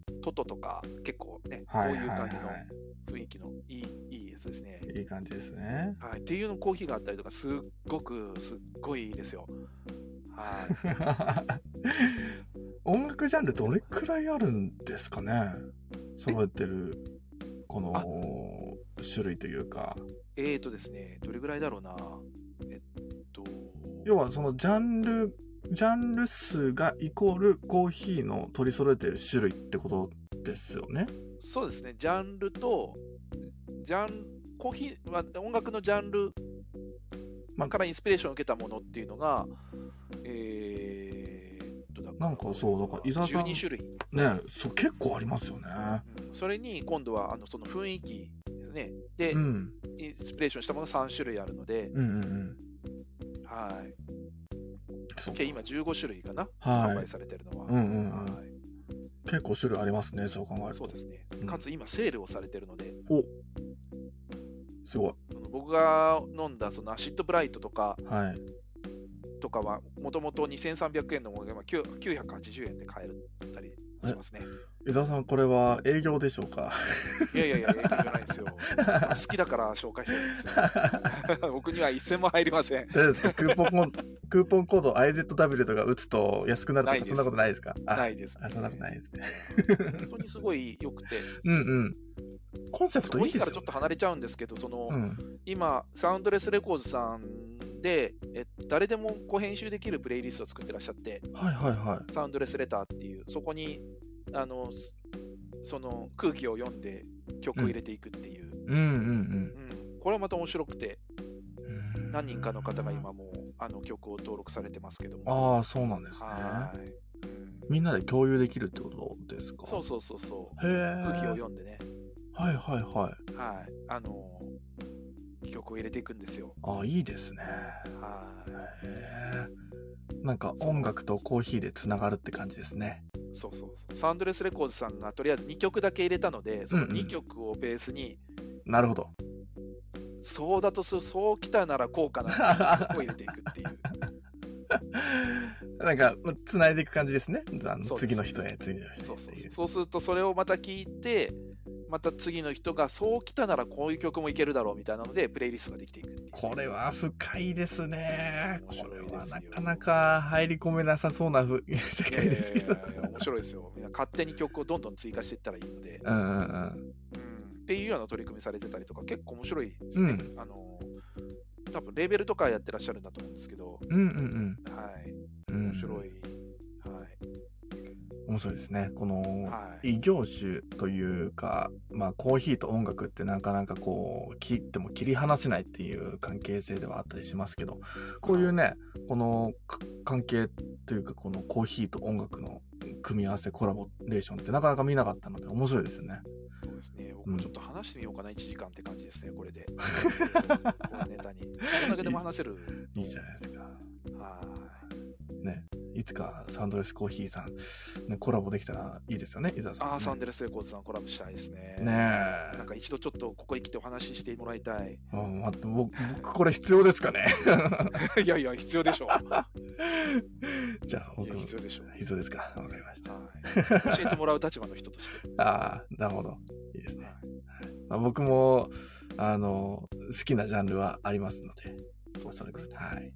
A: う、
B: トトとか、結構ね、こ
A: は
B: う
A: い
B: い
A: はいうは
B: 感じの雰囲気のいい、いいやつですね。
A: いいい感じですね
B: はい、っていうのコーヒーがあったりとか、すっごく、すっごいいいですよ。はい。
A: 音楽ジャンルどれくらいあるんですかね揃えてるこの種類というか
B: えーとですね、どれぐらいだろうな。えっと、
A: 要はそのジャンルジャンル数がイコールコーヒーの取り揃えてる種類ってことですよね
B: そうですね、ジャンルと、ジャン、コーヒーは音楽のジャンル
A: ま
B: からインスピレーションを受けたものっていうのが、えーっと、だから
A: なんかそうだから伊沢さん
B: 12種類。
A: ねそう結構ありますよね
B: うんそれに今度はあのその雰囲気ですね。で、
A: うん
B: インスピレーションしたものが3種類あるので、
A: うんうんうん
B: はい。
A: そうか
B: 計今15種類かな、
A: はい
B: 販売されてるのは。
A: うんうんうん
B: はい
A: 結構種類ありますねそう考える
B: そう
A: と
B: ですね
A: うん。
B: かつ今セールをされてるので、
A: すごい
B: その僕が飲んだそのアシッドブライトとか
A: はい
B: とかは、もともと2300円のものが今9 980円で買えたりしますね。
A: 伊沢さんこれは営業でしょうか
B: いやいやいや、いいじゃないですよ。好きだから紹介してるんですよ。 僕には一銭も入りません。
A: 大丈夫ですかクーポンコー ドクーポンコード IZW とか打つと安くなる
B: ない
A: と
B: で
A: かそ
B: す
A: んなことないですかあ
B: ないです、
A: あそんなことないですね
B: 本当にすごい良くて、
A: うんうんコンセプト
B: コー
A: いい
B: ヒー
A: で
B: から
A: す
B: ちょ
A: よ
B: っと離れちゃうんですけど、その、
A: うん
B: 今、サウンドレスレコーズさんで、えっと誰でもこう編集できるプレイリストを作ってらっしゃって、
A: はいはいはい
B: サウンドレスレターっていう、そこにあのすその空気を読んで曲を入れていくっていう、
A: うんうんうん
B: うんこれはまた面白くて、
A: うーん
B: 何人かの方が今もうあの曲を登録されてますけども。
A: ああ、そうなんですね。
B: はい、うん
A: みんなで共有できるってことですか
B: そうそうそうそう。
A: へえ。
B: 空気を
A: はい
B: 読んでね、
A: はいはい。
B: はい、あの曲を入れていくんですよ。
A: ああ、いいですね。
B: はい
A: へえ。なんか音楽とコーヒーでつながるって感じですね。
B: そうそうそうサウンドレスレコーズさんがとりあえず2曲だけ入れたのでその2曲をベースに、
A: なるほど。
B: そうだとするそうきたならこうかなっ ていう曲を入れていくっていう
A: なんか、つないでいく感じですね。あの
B: そうです
A: 次の人へ、次の人へっていう。
B: そうそうそうそうするとそれをまた聞いてまた次の人がそうきたならこういう曲もいけるだろうみたいなのでプレイリストができていくっていう
A: これは深いですね。
B: 面
A: こ
B: 白
A: れ
B: いですよ
A: はなかなか入り込めなさそうなふ 世
B: いや
A: 界
B: いやい
A: ですけど。
B: やいや面白いです よみんな勝手に曲をどんどん追加していったらいいので、
A: うんうんうん。
B: うんっていうような取り組みされてたりとか結構面白いですね、
A: う
B: あの多分レーベルとかやってらっしゃるんだと思うんですけど
A: うんうん
B: はい
A: うんうん。
B: 面白い。
A: 面白いですね。この、
B: はい。はい。
A: 異業種というか、まあ、コーヒーと音楽ってなかなかこう切っても切り離せないっていう関係性ではあったりしますけどこういうねこのか関係というかこのコーヒーと音楽の組み合わせコラボレーションってなかなか見なかったので面白いですよね。
B: そうですね。僕
A: うん
B: もちょっと話してみようかな、1時間って感じですね、こ れで。このネタに。どんだけでも話せる。
A: いいじゃないですか。
B: はーい。
A: ね、いつかサンドレスコーヒーさん、ね、コラボできたらいいですよね伊沢さん、
B: ああ、サン
A: ね
B: デルスレコードさんコラボしたいですね。
A: ねえ
B: なんか一度ちょっとここへ来てお話ししてもらいたい。
A: うん待って僕僕これ必要ですかね
B: いやいや、必要でしょう。
A: じゃあ
B: い
A: 僕
B: や、必要でしょう。
A: 必要ですかわかりました。
B: はい。教えてもらう立場の人として。
A: ああ、なるほど。いいですね
B: は。
A: まあ、僕も、あの、好きなジャンルはありますので、
B: い
A: まあ、それこそ、はい。
B: はい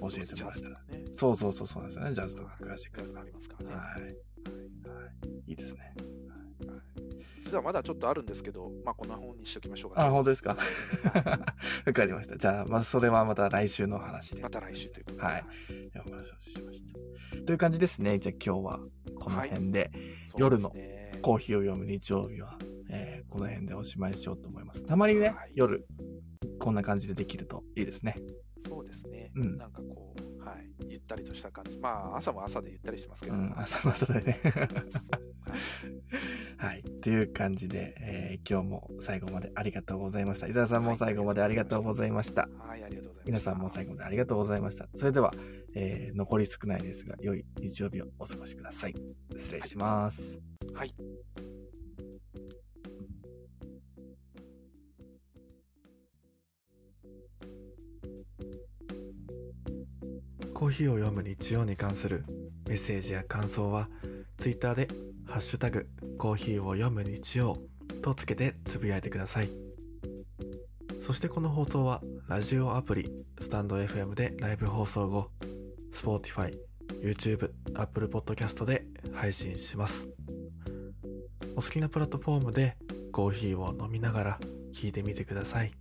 A: 教えてもらえたら
B: そうですね。
A: そうそうそう、そうなんですよね。ジャズとかクラシック
B: ジャ
A: と
B: ズ
A: か。
B: が
A: は
B: ありますか
A: い。
B: らね。
A: はい。いいですね。
B: 実はまだちょっとあるんですけど、まあ、こんな本にしときましょうか
A: あ、
B: ね。
A: 本当ですかわかりました。じゃあ、まあ、それはまた来週の話で。
B: また来週ということで。
A: はい。お話をしました。という感じですね。じゃあ今日はこの辺で、
B: そうですね。
A: コーヒーを読む日曜日は、えーこの辺でおしまいにしようと思います。たまにね、
B: はい
A: 夜、こんな感じでできるといいですね。
B: そうですね、
A: うん
B: なんかこう、はい、ゆったりとした感じ、まあ、朝も朝でゆったりしてます
A: う
B: けど、
A: ん、朝の朝でね。 はい。という感じで、えー今日も最後までありがとうございました。伊沢さんも最後までありがとうございました。
B: はい、ありがとうございます。
A: 皆さんも最後までありがとうございました。それでは、えー残り少ないですが、良い日曜日をお過ごしください。失礼します。
B: はい
A: コーヒーを読む日曜に関するメッセージや感想は Twitter で「ハッシュタグコーヒーを読む日曜」とつけてつぶやいてくださいそしてこの放送はラジオアプリスタンド FM でライブ放送後 Spotify、YouTube、Apple Podcast で配信しますお好きなプラットフォームでコーヒーを飲みながら聞いてみてください